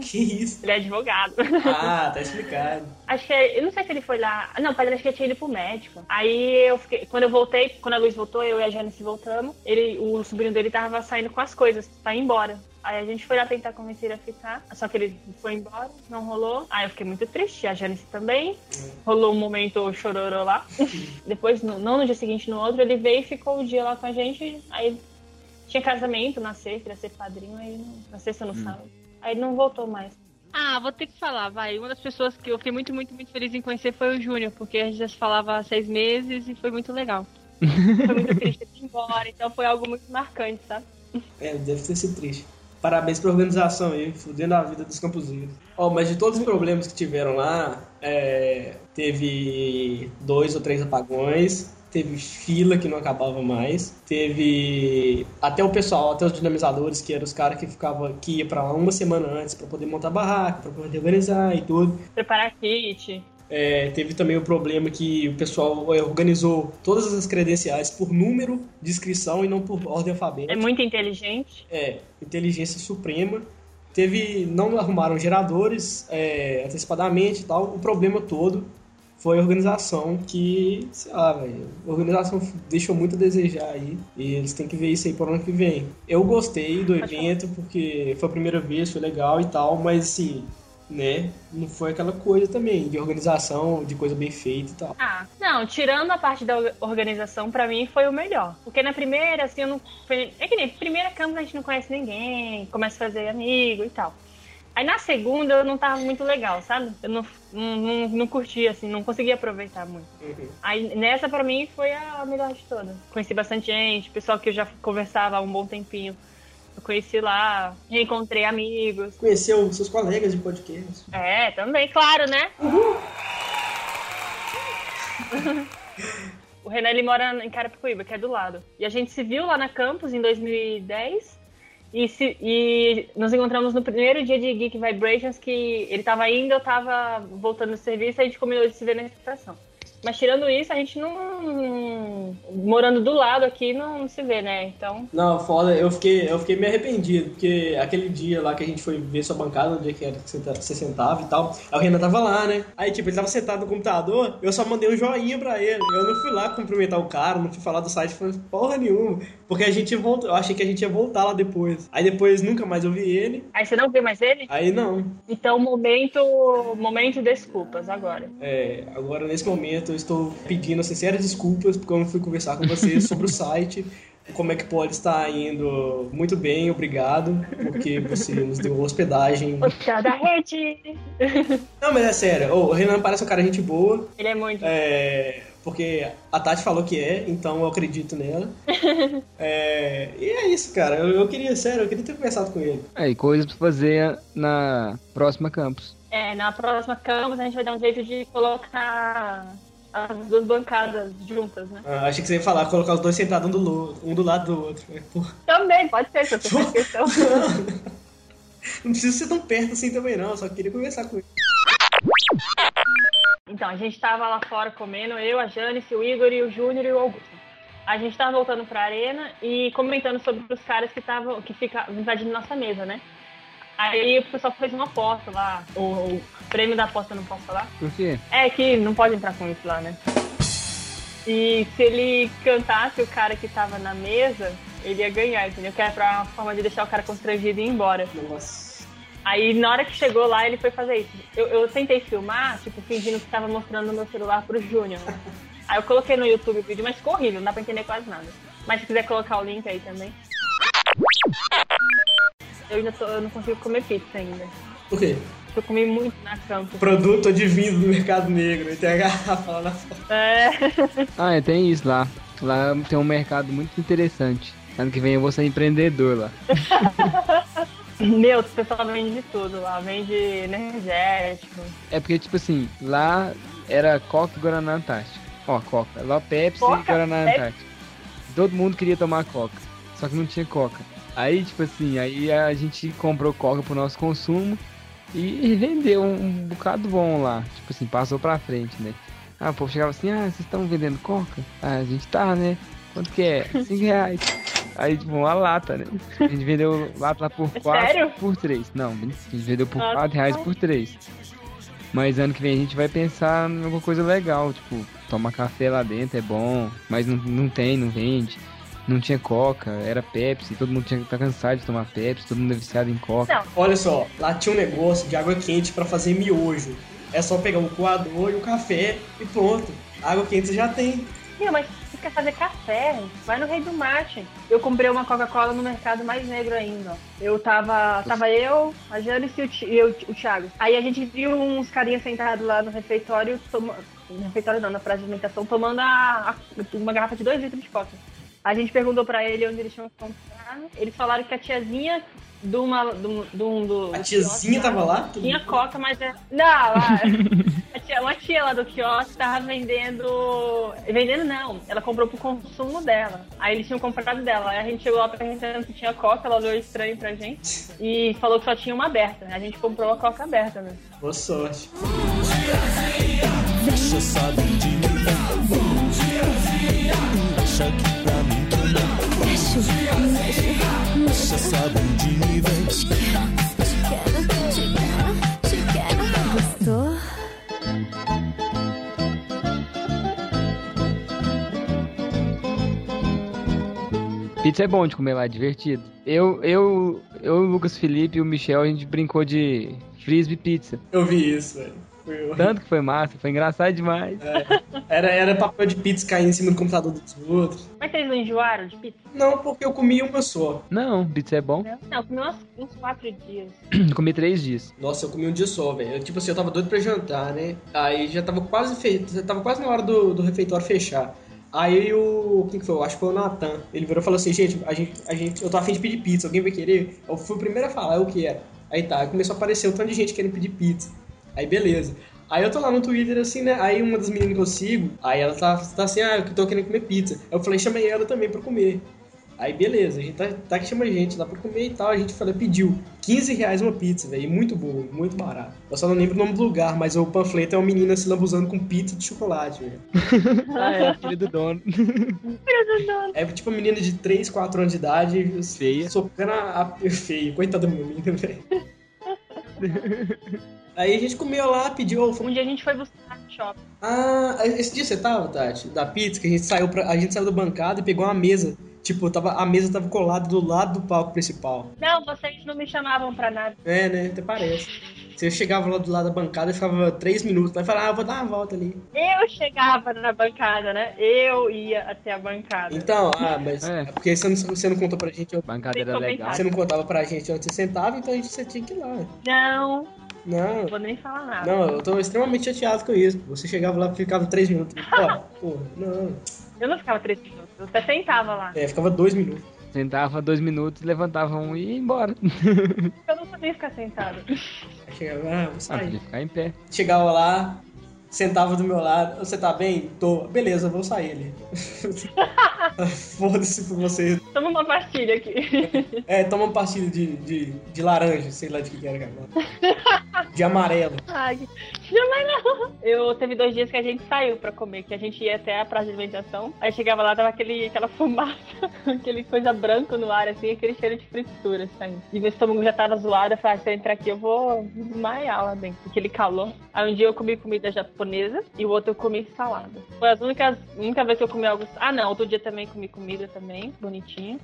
Speaker 2: que isso?
Speaker 3: Ele é advogado.
Speaker 2: Ah, tá explicado.
Speaker 3: Acho que eu não sei se ele foi lá. Não, padre, acho que eu tinha ido pro médico. Aí eu fiquei. Quando eu voltei, quando a Luiz voltou, eu e a Janice voltamos. Ele, o sobrinho dele tava saindo com as coisas pra ir embora. Aí a gente foi lá tentar convencer ele a ficar. Só que ele foi embora, não rolou. Aí eu fiquei muito triste, a Janice também. Rolou um momento chororô lá. Depois, no- não no dia seguinte, no outro, ele veio e ficou o dia lá com a gente. Aí tinha casamento na sexta, ele ia ser padrinho, aí não- na sexta ou no sábado. Aí ele não voltou mais. Ah, vou ter que falar, vai. Uma das pessoas que eu fiquei muito, muito, muito feliz em conhecer foi o Júnior, porque a gente já se falava há seis meses e foi muito legal. Foi muito triste ele ir embora, então foi algo muito marcante, sabe?
Speaker 2: É, deve ter sido triste. Parabéns pra organização aí, fudendo a vida dos campuzinhos. Ó, mas de todos os problemas que tiveram lá, é, teve dois ou três apagões, teve fila que não acabava mais, teve até o pessoal, até os dinamizadores, que eram os caras que ficava que ia pra lá uma semana antes pra poder montar barraca, pra poder organizar e tudo.
Speaker 3: Preparar kit.
Speaker 2: É, teve também o problema que o pessoal é, organizou todas as credenciais por número de inscrição e não por ordem alfabética.
Speaker 3: É muito inteligente.
Speaker 2: É, inteligência suprema. Teve, não arrumaram geradores é, antecipadamente e tal. O problema todo foi a organização que, sei lá, velho, a organização deixou muito a desejar aí. E eles têm que ver isso aí pro ano que vem. Eu gostei do
Speaker 3: Pode
Speaker 2: evento porque foi a primeira vez, foi legal e tal, mas assim, né, não foi aquela coisa também de organização, de coisa bem feita e tal.
Speaker 3: Ah, não, tirando a parte da or- organização, pra mim foi o melhor. Porque na primeira, assim, eu não. É que nem primeira câmera a gente não conhece ninguém, começa a fazer amigo e tal. Aí na segunda eu não tava muito legal, sabe? Eu não, não, não, não curti, assim, não conseguia aproveitar muito. Aí nessa pra mim foi a melhor de todas. Conheci bastante gente, pessoal que eu já conversava há um bom tempinho. Eu conheci lá, reencontrei amigos.
Speaker 2: Conheceu seus colegas de podcast.
Speaker 3: É, também, claro, né? o Renan, ele mora em Carapicuíba, que é do lado. E a gente se viu lá na campus em 2010. E, se- e nos encontramos no primeiro dia de Geek Vibrations, que ele tava indo, eu tava voltando do serviço, a gente combinou de se ver na estação. Mas tirando isso, a gente não. Morando do lado aqui, não se vê, né? Então.
Speaker 2: Não, foda, eu fiquei, eu fiquei meio arrependido, porque aquele dia lá que a gente foi ver sua bancada, onde é que era que você, tá- você sentava e tal, aí o Renan tava lá, né? Aí, tipo, ele tava sentado no computador, eu só mandei um joinha pra ele. Eu não fui lá cumprimentar o cara, não fui falar do site, foi porra nenhuma. Porque a gente voltou, eu achei que a gente ia voltar lá depois. Aí depois nunca mais eu vi ele.
Speaker 3: Aí você não vê mais ele?
Speaker 2: Aí não.
Speaker 3: Então, momento. Momento desculpas agora.
Speaker 2: É, agora nesse momento eu estou pedindo sinceras desculpas porque eu não fui conversar com vocês sobre o site, como é que pode estar indo muito bem, obrigado, porque você nos deu hospedagem.
Speaker 3: Hospital da rede!
Speaker 2: Não, mas é sério, ô, o Renan parece um cara gente boa,
Speaker 3: Ele é muito.
Speaker 2: é, porque a Tati falou que é, então eu acredito nela. É, e é isso, cara, eu, eu queria, sério, eu queria ter conversado com ele.
Speaker 1: Aí, É, coisas pra fazer na próxima campus.
Speaker 3: É, na próxima campus a gente vai dar um jeito de colocar as duas bancadas juntas, né?
Speaker 2: Ah, achei que você ia falar, colocar os dois sentados um do, lo- um do lado do outro. É, porra.
Speaker 3: Também, pode ser, se você faz questão.
Speaker 2: Não precisa ser tão perto assim também, não, eu só queria conversar com ele.
Speaker 3: Então, a gente tava lá fora comendo, eu, a Janice, o Igor e o Júnior e o Augusto. a gente tava voltando pra arena e comentando sobre os caras que estavam que fica, invadindo nossa mesa, né? Aí o pessoal fez uma aposta lá, o, o prêmio da aposta eu não posso falar.
Speaker 1: Por quê?
Speaker 3: É que não pode entrar com isso lá, né? E se ele cantasse o cara que tava na mesa, ele ia ganhar, entendeu? Que era pra uma forma de deixar o cara constrangido e ir embora.
Speaker 2: um Nossa.
Speaker 3: Aí na hora que chegou lá, ele foi fazer isso. Eu, eu tentei filmar, tipo, fingindo que tava mostrando meu celular pro Júnior. né? Aí eu coloquei no YouTube o vídeo, mas ficou horrível, não dá pra entender quase nada. Mas se quiser colocar o link aí também. Eu ainda tô, eu não consigo comer pizza ainda.
Speaker 2: Ok.
Speaker 3: Eu comi muito na campo.
Speaker 2: Produto advindo do mercado negro. E tem a garrafa lá na foto.
Speaker 3: É.
Speaker 1: Ah, é, tem isso lá. Lá tem um mercado muito interessante. Ano que vem eu vou ser empreendedor lá.
Speaker 3: Meu, o pessoal vende de tudo lá. Vende energético.
Speaker 1: É porque, tipo assim, lá era Coca e Guaraná Antártica. Ó, Coca. Lá Pepsi
Speaker 3: Coca,
Speaker 1: e Guaraná
Speaker 3: Pepsi.
Speaker 1: Antártica. Todo mundo queria tomar Coca, só que não tinha Coca. Aí, tipo assim, aí a gente comprou Coca pro nosso consumo e vendeu um, um bocado bom lá. Tipo assim, passou pra frente, né? Ah, o povo chegava assim, ah, vocês estão vendendo Coca? Ah, a gente tá, né? Quanto que é? Cinco reais. Aí, tipo, uma lata, né? A gente vendeu lata lá por
Speaker 3: É
Speaker 1: quatro,
Speaker 3: sério?
Speaker 1: por três. Não, a gente vendeu por
Speaker 3: Nossa.
Speaker 1: quatro reais por três. Mas ano que vem a gente vai pensar em alguma coisa legal, tipo, tomar café lá dentro é bom, mas não, não tem, não vende. Não tinha coca, era Pepsi, todo mundo tinha, tá cansado de tomar Pepsi, todo mundo é viciado em coca.
Speaker 3: Não,
Speaker 2: Olha só, lá tinha um negócio de água quente pra fazer miojo. É só pegar o coador e o café e pronto. Água quente você já tem.
Speaker 3: Meu, mas se você quer fazer café, vai no Rei do Mate. Eu comprei uma Coca-Cola no mercado mais negro ainda. Eu tava. Tava eu, a Janice e o, Ti- e o- o Thiago. Aí a gente viu uns carinhas sentados lá no refeitório, toma, no refeitório não, na praça de alimentação, tomando a- a- uma garrafa de dois litros de coca. A gente perguntou pra ele onde eles tinham comprado. Eles falaram que a tiazinha de uma. De um, de um- do-
Speaker 2: A
Speaker 3: do
Speaker 2: tiazinha tá
Speaker 3: quiosque lá
Speaker 2: tava lá?
Speaker 3: tinha coca, mas é. Não, a, a tia, uma tia lá do quiosque tava vendendo. Vendendo não, ela comprou pro consumo dela. Aí eles tinham comprado dela. Aí a gente chegou lá perguntando se tinha coca, ela olhou estranho pra gente e falou que só tinha uma aberta. né? A gente comprou a coca aberta, né?
Speaker 2: Boa sorte.
Speaker 6: Gostou?
Speaker 1: Pizza é bom de comer lá, é divertido. Eu, eu, eu, o Lucas Felipe e o Michel, a gente brincou de frisbee pizza.
Speaker 2: Eu vi isso, velho. Foi horrível.
Speaker 1: Tanto que foi massa, foi engraçado demais.
Speaker 2: Era, era papel de pizza caindo em cima do computador dos outros.
Speaker 3: Mas vocês é não enjoaram de pizza? né?
Speaker 2: Não, porque eu comi uma só.
Speaker 1: Não, pizza é bom.
Speaker 3: Não, não eu comi umas- uns quatro dias.
Speaker 1: Comi três dias.
Speaker 2: Nossa, eu comi um dia só, velho. Eu, Tipo assim, eu tava doido pra jantar, né? Aí já tava quase fe... já tava quase na hora do, do refeitório fechar. Aí o. Quem que foi? Eu acho que foi o Natan. Ele virou e falou assim, gente, a gente, a gente, eu tô afim de pedir pizza, alguém vai querer? Eu fui o primeiro a falar "É o que era. Aí tá, aí começou a aparecer um tanto de gente querendo pedir pizza. Aí beleza. Aí eu tô lá no Twitter assim, né? Aí uma das meninas que eu sigo, aí ela tá, tá assim, ah, eu tô querendo comer pizza. Aí eu falei, chamei ela também pra comer. Aí beleza, a gente tá, tá que chama a gente lá pra comer e tal. A gente falou, pediu 15 reais uma pizza, velho. e Muito boa, muito barato. Eu só não lembro o nome do lugar, mas o panfleto é uma menina se lambuzando com pizza de chocolate, velho.
Speaker 1: Ah, é, filho do dono.
Speaker 2: É tipo uma menina de 3, 4 anos de idade,
Speaker 1: Feia.
Speaker 2: socando a, a feia. Coitada da menina, velho. Aí a gente comeu lá, pediu. oh, foi
Speaker 3: Um dia a gente foi buscar no shopping.
Speaker 2: Ah, esse dia você tava, Tati? Da pizza, que a gente saiu pra, a gente saiu do bancada e pegou uma mesa. Tipo, tava, a mesa tava colada do lado do palco principal.
Speaker 3: Não, vocês não me chamavam pra nada.
Speaker 2: É, né? Até parece. Você chegava lá do lado da bancada e ficava três minutos lá e falava, ah, vou dar uma volta ali.
Speaker 3: Eu chegava na bancada, né? Eu ia até a bancada.
Speaker 2: Então, ah, mas.
Speaker 1: É.
Speaker 2: É. porque você não, você não contou pra gente.
Speaker 1: Bancada
Speaker 3: Sem
Speaker 1: era legal.
Speaker 3: comentário.
Speaker 2: Você não contava pra gente onde você sentava, então a gente você tinha que ir lá.
Speaker 3: Não,
Speaker 2: Não.
Speaker 3: não vou nem falar nada.
Speaker 2: Não, eu tô extremamente chateado com isso. Você chegava lá e ficava três minutos. Pô, porra, não.
Speaker 3: Eu não ficava três minutos, eu até sentava lá.
Speaker 2: É, ficava dois minutos.
Speaker 1: Sentava dois minutos, levantava um e ia embora.
Speaker 3: Eu não sabia ficar sentada.
Speaker 2: Aí chegava, ah, vou
Speaker 1: Ah,
Speaker 2: sair.
Speaker 1: podia ficar em pé.
Speaker 2: chegava lá, sentava do meu lado, você tá bem? Tô. Beleza, vou sair ali. Foda-se pra você.
Speaker 3: Toma uma pastilha aqui.
Speaker 2: É, toma uma pastilha de, de, de laranja, sei lá de que que era que era. de amarelo.
Speaker 3: Ai, não vai não. Eu teve dois dias que a gente saiu pra comer, que a gente ia até a praça de alimentação. Aí chegava lá, tava aquele, aquela fumaça, aquele coisa branca no ar, assim, aquele cheiro de fritura saindo. E meu estômago já tava zoado. Eu falei, ah, se eu entrar aqui, eu vou desmaiar lá dentro. Aquele calor. Aí um dia eu comi comida japonesa e o outro eu comi salada. Foi as únicas, única vez que eu comi algo. Ah, não, outro dia também comi comida também, bonitinho.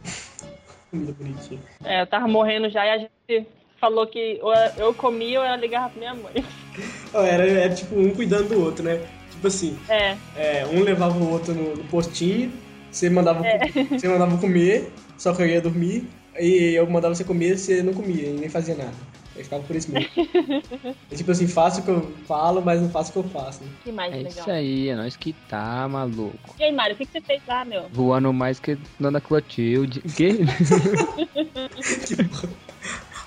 Speaker 2: Comida bonitinha.
Speaker 3: É, eu tava morrendo já e a gente falou que ou eu- eu comia ou ela ligava pra minha mãe.
Speaker 2: Ó, Era, era tipo um cuidando do outro, né? Tipo assim,
Speaker 3: É.
Speaker 2: é, um levava o outro no, no postinho, você mandava,
Speaker 3: É.
Speaker 2: você mandava comer, só que eu ia dormir, e eu mandava você comer, você não comia e nem fazia nada. Aí ficava por isso mesmo. é tipo assim, faço o que eu falo, mas não faço o que eu faço. né?
Speaker 3: Que mais
Speaker 1: É
Speaker 3: legal.
Speaker 1: isso aí, é nós que tá, maluco.
Speaker 3: E aí, Mário, o que, que você fez lá, meu?
Speaker 1: Voando mais que Dona Clotilde. Que?
Speaker 2: Tipo,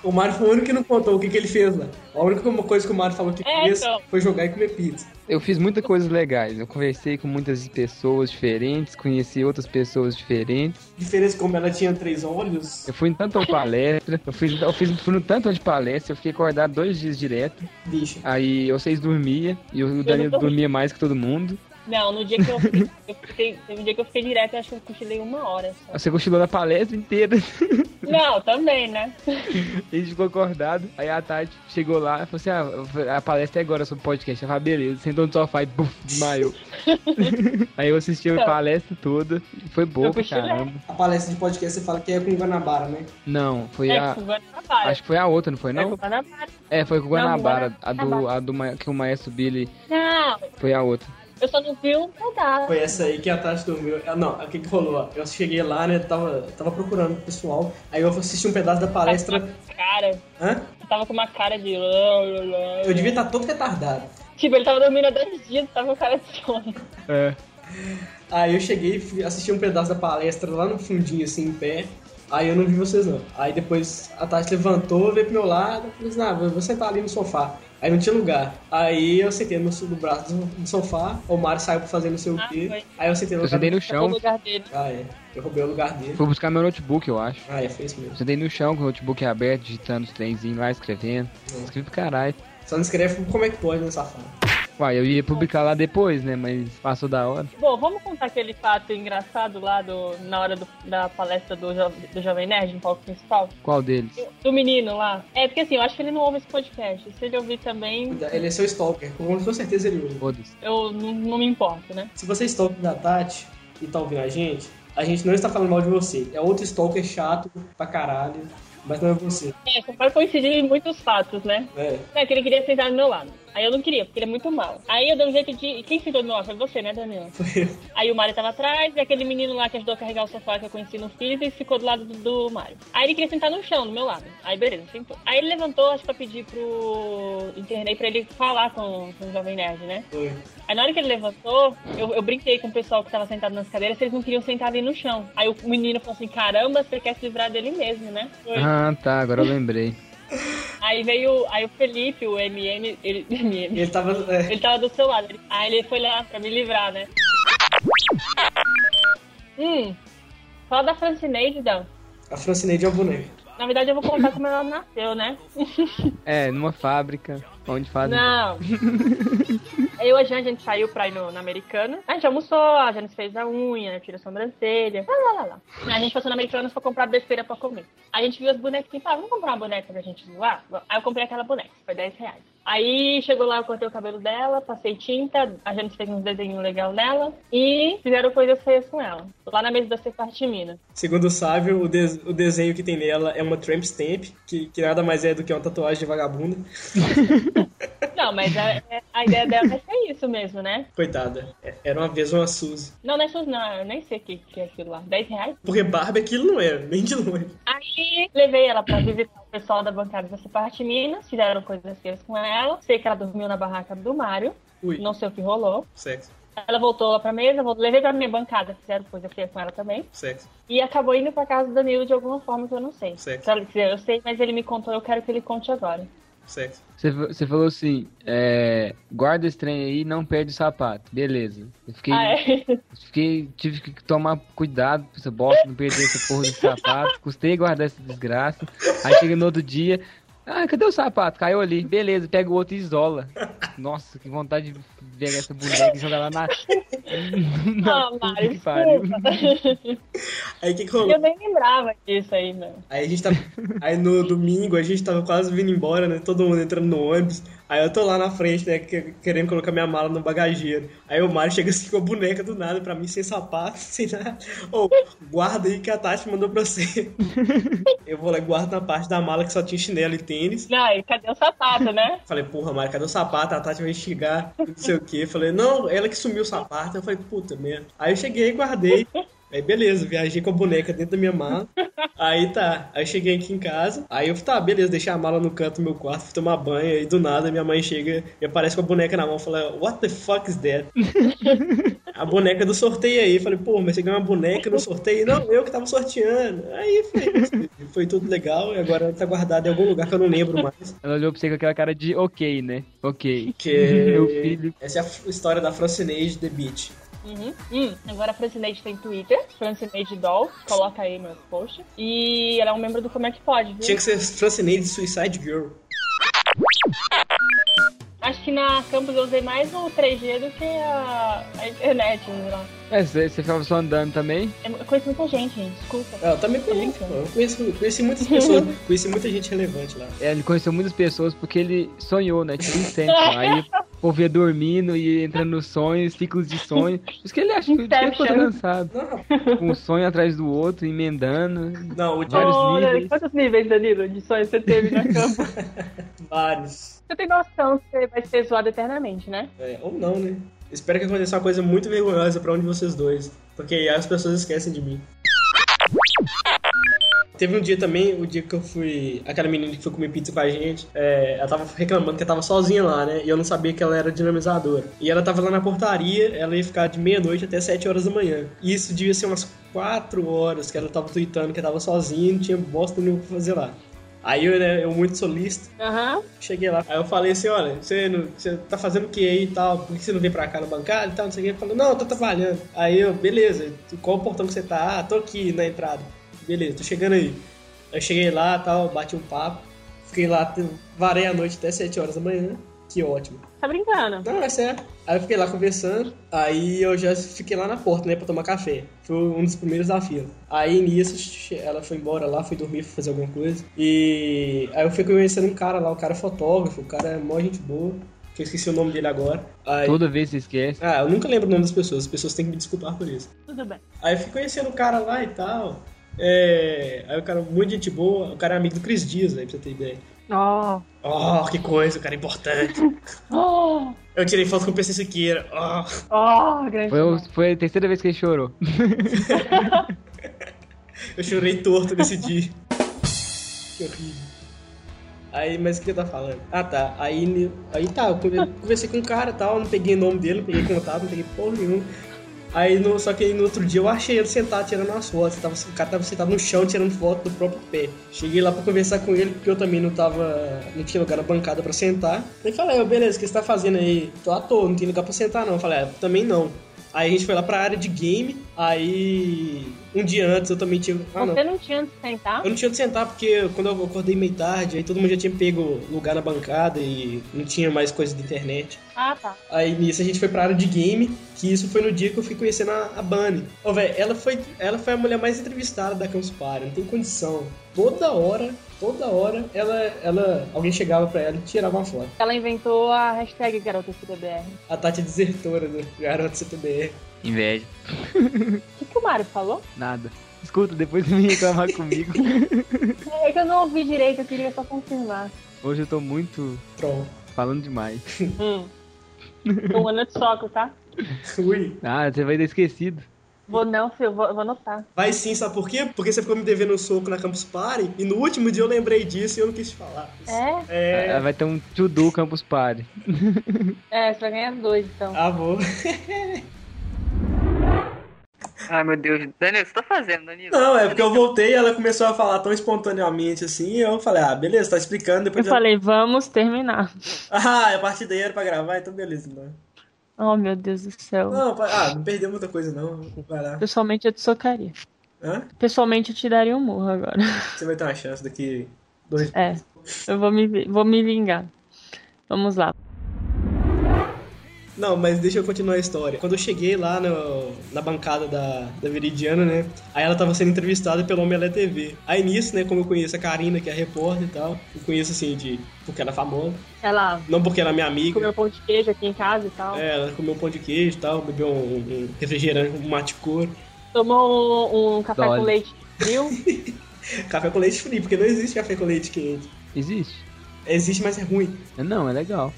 Speaker 2: o Mário foi o único que não contou o que, que ele fez lá. A única coisa que o Mário falou que
Speaker 3: É,
Speaker 2: fez
Speaker 3: então.
Speaker 2: foi jogar e comer pizza.
Speaker 1: Eu fiz muitas coisas legais. Eu conversei com muitas pessoas diferentes, conheci outras pessoas diferentes.
Speaker 2: Diferença como ela tinha três olhos.
Speaker 1: Eu fui em tanta palestra, eu fiz, eu fiz fui no tanto de palestra, eu fiquei acordado dois dias direto.
Speaker 2: Bicha.
Speaker 1: Aí vocês dormia e o Danilo
Speaker 3: dormi.
Speaker 1: dormia mais que todo mundo.
Speaker 3: Não, no dia que eu fiquei, eu fiquei- teve um dia que eu fiquei direto, eu acho que eu cochilei uma hora só.
Speaker 1: Você cochilou na palestra inteira.
Speaker 3: Não, também, né?
Speaker 1: A gente ficou acordado. Aí a Tati chegou lá e falou assim: ah, a palestra é agora sobre podcast. Eu falei, beleza, sentou no sofá e buf, desmaiou. aí eu assisti a
Speaker 3: Então.
Speaker 1: palestra toda. e Foi boa
Speaker 3: Eu
Speaker 1: pra
Speaker 3: cochilei.
Speaker 1: caramba.
Speaker 2: A palestra de podcast você fala que é com Guanabara, né?
Speaker 1: Não, foi
Speaker 3: É,
Speaker 1: a.
Speaker 3: com Guanabara.
Speaker 1: Acho que foi a outra, não foi
Speaker 3: É, com
Speaker 1: não?
Speaker 3: Guanabara.
Speaker 1: É, foi com o Guanabara, a do,
Speaker 3: Guanabara.
Speaker 1: a do ma- que o Maestro Billy
Speaker 3: Não,
Speaker 1: foi a outra.
Speaker 3: eu só não vi um pedaço.
Speaker 2: Foi essa aí que a Tati dormiu. Ah, Não, o que que rolou? ó? Eu cheguei lá, né? Tava, tava procurando o pessoal. Aí eu assisti um pedaço da palestra.
Speaker 3: Cara,
Speaker 2: Hã?
Speaker 3: eu tava com uma cara de.
Speaker 2: Eu devia estar todo retardado.
Speaker 3: Tipo, ele tava dormindo há 10 dias, tava com cara de sono.
Speaker 1: É.
Speaker 2: Aí eu cheguei e fui- assisti um pedaço da palestra lá no fundinho, assim, em pé. Aí eu não vi vocês, não. Aí depois a Tati levantou, veio pro meu lado. Eu falei assim, ah, vou vou sentar ali no sofá. Aí não tinha lugar. Aí eu sentei no, no braço do, do sofá. O Mário saiu pra fazer não sei o
Speaker 3: Ah,
Speaker 2: quê.
Speaker 3: foi.
Speaker 2: Aí eu sentei no
Speaker 1: Eu
Speaker 2: lugar
Speaker 1: sentei no
Speaker 3: Tava
Speaker 1: chão,
Speaker 3: no lugar dele.
Speaker 2: Ah, é. Eu roubei o lugar dele.
Speaker 1: fui buscar meu notebook, eu acho.
Speaker 2: Ah, é, foi isso
Speaker 1: Eu
Speaker 2: mesmo.
Speaker 1: sentei no chão com o notebook aberto, digitando os trenzinhos lá, escrevendo. Escrevi pro caralho.
Speaker 2: Só não escreve como é que pode, né, safado?
Speaker 1: Uai, eu ia publicar lá depois, né? Mas passou da hora.
Speaker 3: Bom, vamos contar aquele fato engraçado lá do, na hora do- da palestra do, jo, do Jovem Nerd, no palco principal?
Speaker 1: Qual deles?
Speaker 3: Do menino lá. É, porque assim, eu acho que ele não ouve esse podcast. Se ele ouvir também,
Speaker 2: Ele é seu stalker, com com certeza ele ouve.
Speaker 1: Foda-se.
Speaker 3: eu não, não me importo, né?
Speaker 2: Se você é stalker da Tati e tá ouvindo a gente, a gente não está falando mal de você. É outro stalker chato pra caralho, mas não é você.
Speaker 3: É, só vai coincidir em muitos fatos, né?
Speaker 2: É.
Speaker 3: É que ele queria sentar do meu lado. Aí eu não queria, porque ele é muito mal. Aí eu dei um jeito de. e Quem sentou do meu lado? Foi você, né, Daniel?
Speaker 2: Foi.
Speaker 3: Aí o Mário tava atrás, e aquele menino lá que ajudou a carregar o sofá que eu conheci no Physics ficou do lado do, do Mário. Aí ele queria sentar no chão, do meu lado. Aí beleza, sentou. Aí ele levantou, acho que pra pedir pro. Internet pra ele falar com, com o Jovem Nerd, né?
Speaker 2: Foi.
Speaker 3: Aí na hora que ele levantou, eu, eu brinquei com o pessoal que tava sentado nas cadeiras, se eles não queriam sentar ali no chão. Aí o menino falou assim: caramba, você quer se livrar dele mesmo, né? Foi.
Speaker 1: Ah, tá, agora eu lembrei.
Speaker 3: Aí veio aí o Felipe, o MM, ele, MM,
Speaker 2: Ele tava. é,
Speaker 3: ele tava do seu lado. Ele- Aí ele foi lá pra me livrar, né? Hum, fala da Francineide, Dan.
Speaker 2: a Francineide é o boneco.
Speaker 3: Na verdade, eu vou contar como ela nasceu, né?
Speaker 1: É, numa fábrica, onde fazem.
Speaker 3: Não. Eu e a Jane, a gente saiu pra ir no, na Americana. A gente almoçou, a Jane fez a unha, tirou a sobrancelha. Lá, lá, lá, lá. Aí A gente passou na Americana e foi comprar besteira pra comer. A gente viu as bonequinhas e falou, "Ah, vamos comprar uma boneca pra gente zoar? Vamos. Aí eu comprei aquela boneca, foi 10 reais. Aí chegou lá, eu cortei o cabelo dela, passei tinta, a gente fez uns desenhos legais nela e fizeram coisas feias com ela. Lá na mesa da Cefartimina.
Speaker 2: Segundo o Sávio, o, des- o desenho que tem nela é uma tramp stamp, que, que nada mais é do que uma tatuagem de vagabunda.
Speaker 3: Não, mas a, a ideia dela é ser isso mesmo, né?
Speaker 2: Coitada. É- Era uma vez uma Suzy.
Speaker 3: Não, não é suas não, eu nem sei o que, que é aquilo lá. 10 reais?
Speaker 2: Porque barba aquilo não é, nem de longe.
Speaker 3: Aí levei ela pra visitar o pessoal da bancada da Separte Minas, fizeram coisas feias com ela. Sei que ela dormiu na barraca do Mário,
Speaker 2: Ui,
Speaker 3: não sei o que rolou.
Speaker 2: sexo,
Speaker 3: Ela voltou lá pra mesa, vol- levei pra minha bancada, fizeram coisa feia com ela também.
Speaker 2: sexo.
Speaker 3: E acabou indo pra casa do Danilo de alguma forma que eu não sei.
Speaker 2: Certo.
Speaker 3: Quer dizer, eu sei, mas ele me contou, eu quero que ele conte agora.
Speaker 2: Sexo.
Speaker 1: Você, fa- você falou assim, é, guarda esse trem aí e não perde o sapato. Beleza. Eu fiquei,
Speaker 3: Ah, é?
Speaker 1: fiquei- tive que tomar cuidado pra essa bosta, não perder essa porra desse sapato. Custei a guardar essa desgraça. Aí chega no outro dia, Ah, cadê o sapato? Caiu ali. Beleza, pega o outro e isola. Nossa, que vontade de pegar essa boneca e jogar lá na. na
Speaker 3: Ah,
Speaker 1: puta
Speaker 3: Mário,
Speaker 1: que pariu.
Speaker 3: desculpa.
Speaker 2: Aí o que que
Speaker 3: Eu
Speaker 2: rolou?
Speaker 3: nem lembrava disso aí, meu.
Speaker 2: Aí a gente tava. Aí no domingo a gente tava quase vindo embora, né? Todo mundo entrando no ônibus. Aí eu tô lá na frente, né? que- Querendo colocar minha mala no bagageiro. Aí o Mário chega assim com a boneca do nada pra mim, sem sapato, sem nada. Ô, guarda aí que a Tati mandou pra você. eu vou lá e guardo na parte da mala que só tinha chinelo e tênis.
Speaker 3: Não, e cadê o sapato, né?
Speaker 2: Falei, porra, Mário, cadê o sapato? A Tati vai xingar, não sei o quê. Falei, não, ela que sumiu o sapato. Eu falei, puta merda. Aí eu cheguei e guardei. Aí beleza, viajei com a boneca dentro da minha mala. Aí tá, aí eu cheguei aqui em casa. Aí eu falei, tá, beleza, deixei a mala no canto do meu quarto, fui tomar banho. Aí do nada minha mãe chega e aparece com a boneca na mão. Fala, what the fuck is that? a boneca do sorteio aí. Falei, pô, mas você ganhou uma boneca no sorteio? Não, eu que tava sorteando. Aí foi, foi tudo legal. E agora ela tá guardada em algum lugar que eu não lembro mais.
Speaker 1: Ela olhou pra você com aquela cara de ok, né? Ok.
Speaker 2: Que
Speaker 1: Meu filho.
Speaker 2: Essa é a história da Francinage The Beat.
Speaker 3: Uhum. Hum, agora a Francineide tem Twitter, Francineide Doll, coloca aí meus posts. E ela é um membro do Como é que pode, viu?
Speaker 2: Tinha que ser Francinage Suicide Girl.
Speaker 3: Acho que na campus eu usei mais o 3G do que a, a internet, sei lá.
Speaker 1: É, você você ficava só andando também?
Speaker 3: Eu conheço muita gente, gente, desculpa.
Speaker 1: É,
Speaker 2: Ah, Eu também conheço, pô. eu conheci, conheci muitas pessoas, conheci muita gente relevante lá.
Speaker 1: É, ele conheceu muitas pessoas porque ele sonhou, né? Tinha um tempo. Aí o povo ia dormindo e entrando nos sonhos, ciclos de sonho. Por isso que ele acha que ele ficou
Speaker 3: Inception.
Speaker 1: cansado.
Speaker 2: Não,
Speaker 1: Um sonho atrás do outro, emendando.
Speaker 2: não o
Speaker 1: Vários
Speaker 3: Ô, Dani,
Speaker 1: níveis.
Speaker 3: quantos níveis, Danilo, de sonho você teve na campo?
Speaker 2: de vários.
Speaker 3: você tem noção que você vai ser zoado eternamente, né?
Speaker 2: É, ou não, né? Espero que aconteça uma coisa muito vergonhosa pra um de vocês dois. Porque aí as pessoas esquecem de mim. Teve um dia também, o dia que eu fui. Aquela menina que foi comer pizza com a gente, é, ela tava reclamando que ela tava sozinha lá, né? E eu não sabia que ela era dinamizadora. E ela tava lá na portaria, ela ia ficar de meia-noite até 7 horas da manhã. E isso devia ser umas 4 horas que ela tava tweetando que ela tava sozinha e não tinha bosta nenhuma pra fazer lá. Aí eu, né, eu muito solista,
Speaker 3: Aham.
Speaker 2: Cheguei lá. Aí eu falei assim: olha, você, não, você tá fazendo o que aí e tal? Por que você não vem pra cá na bancada e tal? Não sei o que. Ele falou: não, eu tô trabalhando. Aí eu, beleza, qual o portão que você tá? Ah, tô aqui na entrada. Beleza, tô chegando aí. Eu cheguei lá tal, bati um papo. Fiquei lá, t- varei a noite até 7 horas da manhã. né? Que ótimo.
Speaker 3: Tá brincando.
Speaker 2: Não, é sério. Aí eu fiquei lá conversando. Aí eu já fiquei lá na porta, né, pra tomar café. Foi um dos primeiros da fila. Aí nisso, che- ela foi embora lá, foi dormir, foi fazer alguma coisa. E aí eu fui conhecendo um cara lá, o cara é fotógrafo, o cara é mó gente boa. Que eu esqueci o nome dele agora. Aí-
Speaker 1: Toda vez você esquece.
Speaker 2: Ah, eu nunca lembro o nome das pessoas, as pessoas têm que me desculpar por isso.
Speaker 3: Tudo bem.
Speaker 2: Aí eu fui conhecendo o cara lá e tal. É... Aí o cara, muito gente boa, o cara é amigo do Cris Dias, aí pra você ter ideia.
Speaker 3: Oh.
Speaker 2: Oh, que coisa, o cara é importante.
Speaker 3: Oh,
Speaker 2: Eu tirei foto com o PC Siqueira. Oh.
Speaker 3: oh grande.
Speaker 1: Foi, o-
Speaker 3: demais.
Speaker 1: foi a terceira vez que ele chorou.
Speaker 2: Eu chorei torto nesse dia. Que horrível. Aí, mas o que eu tava falando? Ah, tá. Aí, ne- aí tá, eu conver- conversei com o cara e tal, não peguei nome dele, não peguei contato, não peguei porra nenhuma. Aí, no, só que aí no outro dia eu achei ele sentado tirando umas fotos. Tava, o cara tava sentado no chão tirando foto do próprio pé. Cheguei lá pra conversar com ele, porque eu também não tava. Não tinha lugar na bancada pra sentar. Aí falei, ô, beleza, o que você tá fazendo aí? Tô à toa, não tem lugar pra sentar não. Eu Falei, ah, também não. Aí a gente foi lá pra área de game. Aí. Um dia antes eu também tinha. Ah, não.
Speaker 3: Você não tinha antes de sentar?
Speaker 2: Eu não tinha onde sentar porque quando eu acordei meio tarde, aí todo mundo já tinha pego lugar na bancada e não tinha mais coisa de internet.
Speaker 3: Ah, tá.
Speaker 2: Aí nisso a gente foi pra área de game, que isso foi no dia que eu fui conhecendo a, a Bunny. Ô, velho, ela foi, ela foi a mulher mais entrevistada da Campus Party, não tem condição. Toda hora, toda hora, ela, ela, alguém chegava pra ela e tirava uma foto.
Speaker 3: Ela inventou a hashtag Garota CTBR.
Speaker 2: A Tati é desertora do Garoto CTBR.
Speaker 1: Inveja.
Speaker 3: O que, que o Mário falou?
Speaker 1: Nada. Escuta, depois vem reclamar comigo.
Speaker 3: É que eu não ouvi direito, eu queria só confirmar.
Speaker 1: Hoje eu tô muito
Speaker 2: Troll.
Speaker 1: falando demais.
Speaker 3: Hum. Tomando de soco, tá?
Speaker 2: Ui.
Speaker 1: Ah, você vai ter esquecido.
Speaker 3: Vou não, filho, vou, vou anotar.
Speaker 2: Vai sim, sabe por quê? Porque você ficou me devendo um soco na Campus Party e no último dia eu lembrei disso e eu não quis te falar.
Speaker 3: É?
Speaker 2: É.
Speaker 1: Ah, Vai ter um to-do Campus Party.
Speaker 3: É, você vai ganhar dois, então.
Speaker 2: Ah, vou.
Speaker 6: Ai, meu Deus. Danilo, o que você tá fazendo, Danilo?
Speaker 2: Não, é porque eu voltei e ela começou a falar tão espontaneamente assim, e eu falei, ah, beleza, tá explicando,
Speaker 3: Eu
Speaker 2: depois eu-
Speaker 3: falei, vamos terminar.
Speaker 2: Ah, a partir daí era pra gravar, então beleza, não.
Speaker 3: Oh, meu Deus do céu.
Speaker 2: Não, pa- ah, não perdeu muita coisa não, vai lá.
Speaker 3: Pessoalmente eu te socaria.
Speaker 2: Hã?
Speaker 3: Pessoalmente eu te daria um murro agora.
Speaker 2: Você vai ter uma chance daqui Dois.
Speaker 7: É. Eu vou me, vi- vou me vingar. Vamos lá.
Speaker 2: Não, mas deixa eu continuar a história. Quando eu cheguei lá no- na bancada da, da Veridiana, né? Aí ela tava sendo entrevistada pelo Omelé TV. Aí nisso, né, como eu conheço a Karina, que é repórter e tal, eu conheço assim de. porque ela é famosa.
Speaker 3: Ela
Speaker 2: Não porque ela é minha amiga.
Speaker 3: comeu pão de queijo aqui em casa e tal.
Speaker 2: É, ela comeu um pão de queijo e tal, bebeu um, um refrigerante, um mate de couro.
Speaker 3: Tomou um, um café
Speaker 1: Dói.
Speaker 3: com leite frio.
Speaker 2: Café com leite frio, porque não existe café com leite quente.
Speaker 1: Existe?
Speaker 2: Existe, mas é ruim.
Speaker 1: Não, é legal.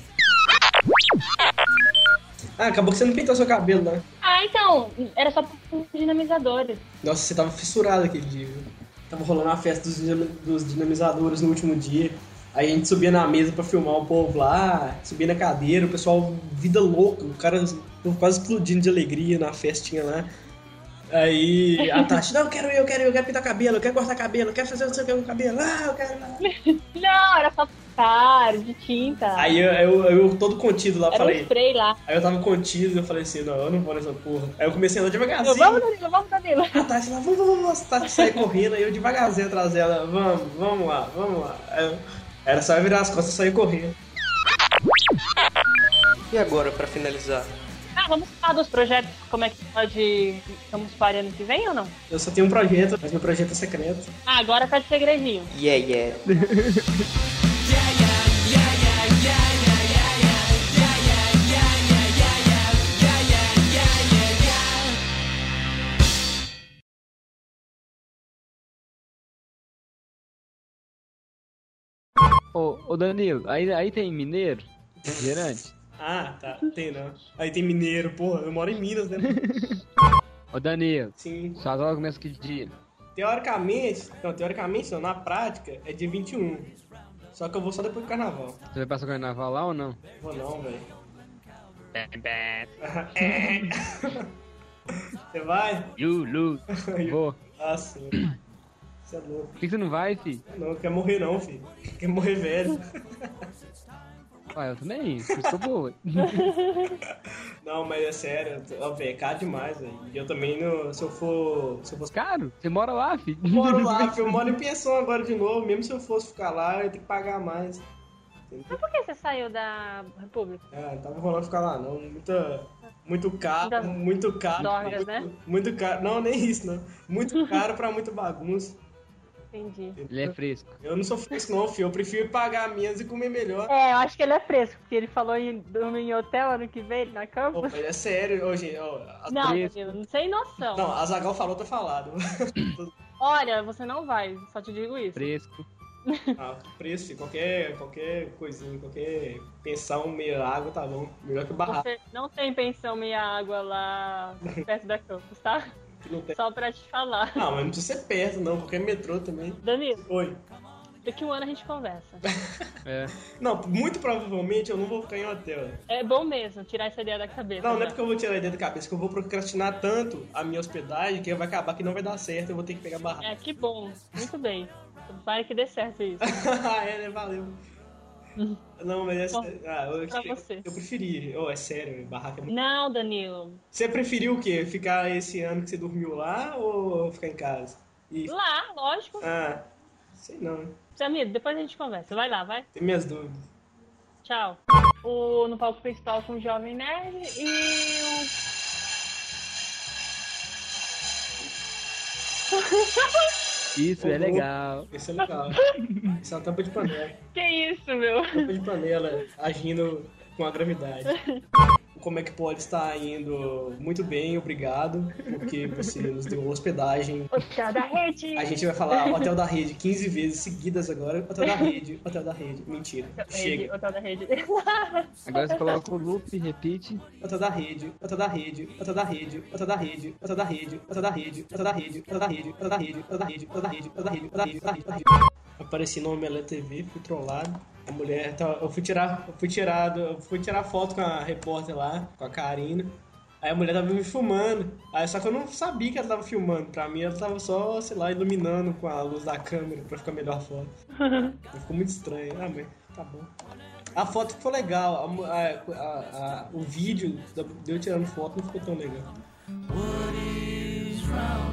Speaker 2: Ah, acabou que você não pintou seu cabelo, né?
Speaker 3: ah, então, era só por dinamizadores.
Speaker 2: Nossa, você tava fissurado aquele dia, viu? Tava rolando a festa dos, dinam- dos dinamizadores no último dia. Aí a gente subia na mesa pra filmar o povo lá, subia na cadeira, o pessoal, vida louca, o cara o povo quase explodindo de alegria na festinha lá. Aí a Tati, não, eu quero ir, eu quero ir, eu quero pintar cabelo, eu quero cortar cabelo, eu quero fazer não sei o que com o cabelo, ah, eu quero.
Speaker 3: Não, era só par de tinta.
Speaker 2: Aí eu, eu, eu todo contido lá,
Speaker 3: era um
Speaker 2: falei.
Speaker 3: spray lá.
Speaker 2: Aí eu tava contido, eu falei assim, não, eu não vou nessa porra. Aí eu comecei a andar
Speaker 3: Eu,
Speaker 2: devagarzinho.
Speaker 3: vamos, Danilo, vamos, Danilo.
Speaker 2: A Tati lá, tá assim, vamos, vamos, vamos. A Tati sai correndo, aí eu devagarzinho atrás dela, vamos, vamos lá, vamos lá. Aí eu- Era só eu virar as costas e sair correndo.
Speaker 4: E agora, pra finalizar?
Speaker 3: Ah, vamos falar dos projetos, como é que pode. Vamos para ano que vem ou não?
Speaker 2: Eu só tenho um projeto, mas meu projeto é secreto.
Speaker 3: Ah, agora tá de segredinho.
Speaker 4: Yeah, yeah.
Speaker 1: Ô, ô Danilo, aí, aí tem mineiro? Gerante?
Speaker 2: Ah, tá, tem não. Aí tem mineiro, porra, eu moro em Minas, né?
Speaker 1: Ô Danilo,
Speaker 2: Sim.
Speaker 1: suas aulas começam que dia?
Speaker 2: Teoricamente, não, teoricamente não, na prática é dia 21. Só que eu vou só depois do carnaval.
Speaker 1: Você vai passar o carnaval lá ou não?
Speaker 2: Vou não, velho. É. Você vai?
Speaker 1: You lose. Vou.
Speaker 2: Ah, sim. Você é louco.
Speaker 1: Por que você não vai, fi?
Speaker 2: Não, quer morrer não, filho. Quer morrer velho.
Speaker 1: Ah, eu também. Eu sou boa.
Speaker 2: Não, mas é sério, ó, velho, é caro demais, velho. E eu também, não, se eu for. Se eu fosse.
Speaker 1: É Caro, você mora lá, fi.
Speaker 2: Eu moro lá, filho, eu moro em pensão agora de novo. Mesmo se eu fosse ficar lá, eu ia ter que pagar mais. Entendeu?
Speaker 3: Por que você saiu da República?
Speaker 2: É, não tava rolando ficar lá, não. Muita. Muito caro,
Speaker 3: Das-
Speaker 2: muito caro.
Speaker 3: drogas,
Speaker 2: muito,
Speaker 3: né?
Speaker 2: Muito caro. Não, nem isso, não. Muito caro pra muito bagunça.
Speaker 3: Entendi.
Speaker 1: Ele é fresco.
Speaker 2: Eu não sou fresco, não, filho. Eu prefiro pagar menos e comer melhor.
Speaker 3: É, eu acho que ele é fresco, porque ele falou em dormir em hotel ano que vem, na
Speaker 2: Ô,
Speaker 3: campus.
Speaker 2: mas é sério, ô, gente. Ô, a-
Speaker 3: Não,
Speaker 1: fresco.
Speaker 3: Danilo, tá não sem noção.
Speaker 2: Não, a Zagal falou, tá falado.
Speaker 3: Olha, você não vai, só te digo isso.
Speaker 1: Fresco.
Speaker 2: Ah, preço, filho, qualquer, qualquer coisinha, qualquer pensão, meia água, tá bom. Melhor que barraco,
Speaker 3: Você não tem pensão meia água lá perto da campus, tá?
Speaker 2: que não tem.
Speaker 3: Só pra te falar.
Speaker 2: Não, mas não precisa ser perto, não. Qualquer metrô também.
Speaker 3: Danilo,
Speaker 2: Oi.
Speaker 3: daqui um ano a gente conversa.
Speaker 1: É.
Speaker 2: Não, muito provavelmente eu não vou ficar em hotel.
Speaker 3: É bom mesmo tirar essa ideia da cabeça.
Speaker 2: Não, não é
Speaker 3: né?
Speaker 2: porque eu vou tirar a ideia da cabeça, que eu vou procrastinar tanto a minha hospedagem que vai acabar que não vai dar certo, eu vou ter que pegar barraco.
Speaker 3: É, que bom. Muito bem. Tomara que dê certo isso.
Speaker 2: é, né? Valeu. Não, mas é
Speaker 3: Bom,
Speaker 2: sério. Ah, eu,
Speaker 3: pra
Speaker 2: eu-
Speaker 3: você.
Speaker 2: eu preferi. Oh, é sério, barraco é muito.
Speaker 3: Não, Danilo.
Speaker 2: Você preferiu o quê? Ficar esse ano que você dormiu lá ou ficar em casa? E
Speaker 3: Lá, lógico.
Speaker 2: Ah, sei não. hein?
Speaker 3: Samir, depois a gente conversa. Vai lá, vai.
Speaker 2: Tem minhas dúvidas.
Speaker 3: Tchau. O, no palco principal com o Jovem Nerd e o.
Speaker 1: Isso é
Speaker 2: Uhum.
Speaker 1: legal.
Speaker 2: Esse é legal. Isso é uma tampa de panela.
Speaker 3: Que isso, meu?
Speaker 2: Tampa de panela agindo com a gravidade. Como é que pode estar indo muito bem, obrigado, porque você nos deu hospedagem.
Speaker 3: Hotel da rede.
Speaker 2: A gente vai falar hotel da rede 15 vezes seguidas agora. Hotel da rede, hotel da rede. Mentira.
Speaker 3: Rede,
Speaker 2: Chega.
Speaker 3: Hotel da rede.
Speaker 1: Agora você coloca o loop, repite.
Speaker 2: Hotel da rede, hotel da rede, hotel da rede, hotel da rede, hotel da rede, hotel da rede, hotel da rede, hotel da rede, hotel da rede, hotel da rede, hotel da rede, hotel da rede, hotel da rede, hotel da rede, hotel da rede. Apareci no Omelé TV, fui trollado. A mulher, tava- eu fui tirar, eu fui tirado, eu fui tirar foto com a repórter lá, com a Karina. Aí a mulher tava me filmando. Aí só que eu não sabia que ela tava filmando. Pra mim ela tava só, sei lá, iluminando com a luz da câmera pra ficar melhor a foto. Ficou muito estranho. Ah, mas tá bom. A foto ficou legal. A mu- a- a- a- o vídeo da- de eu tirando foto não ficou tão legal.
Speaker 5: What is wrong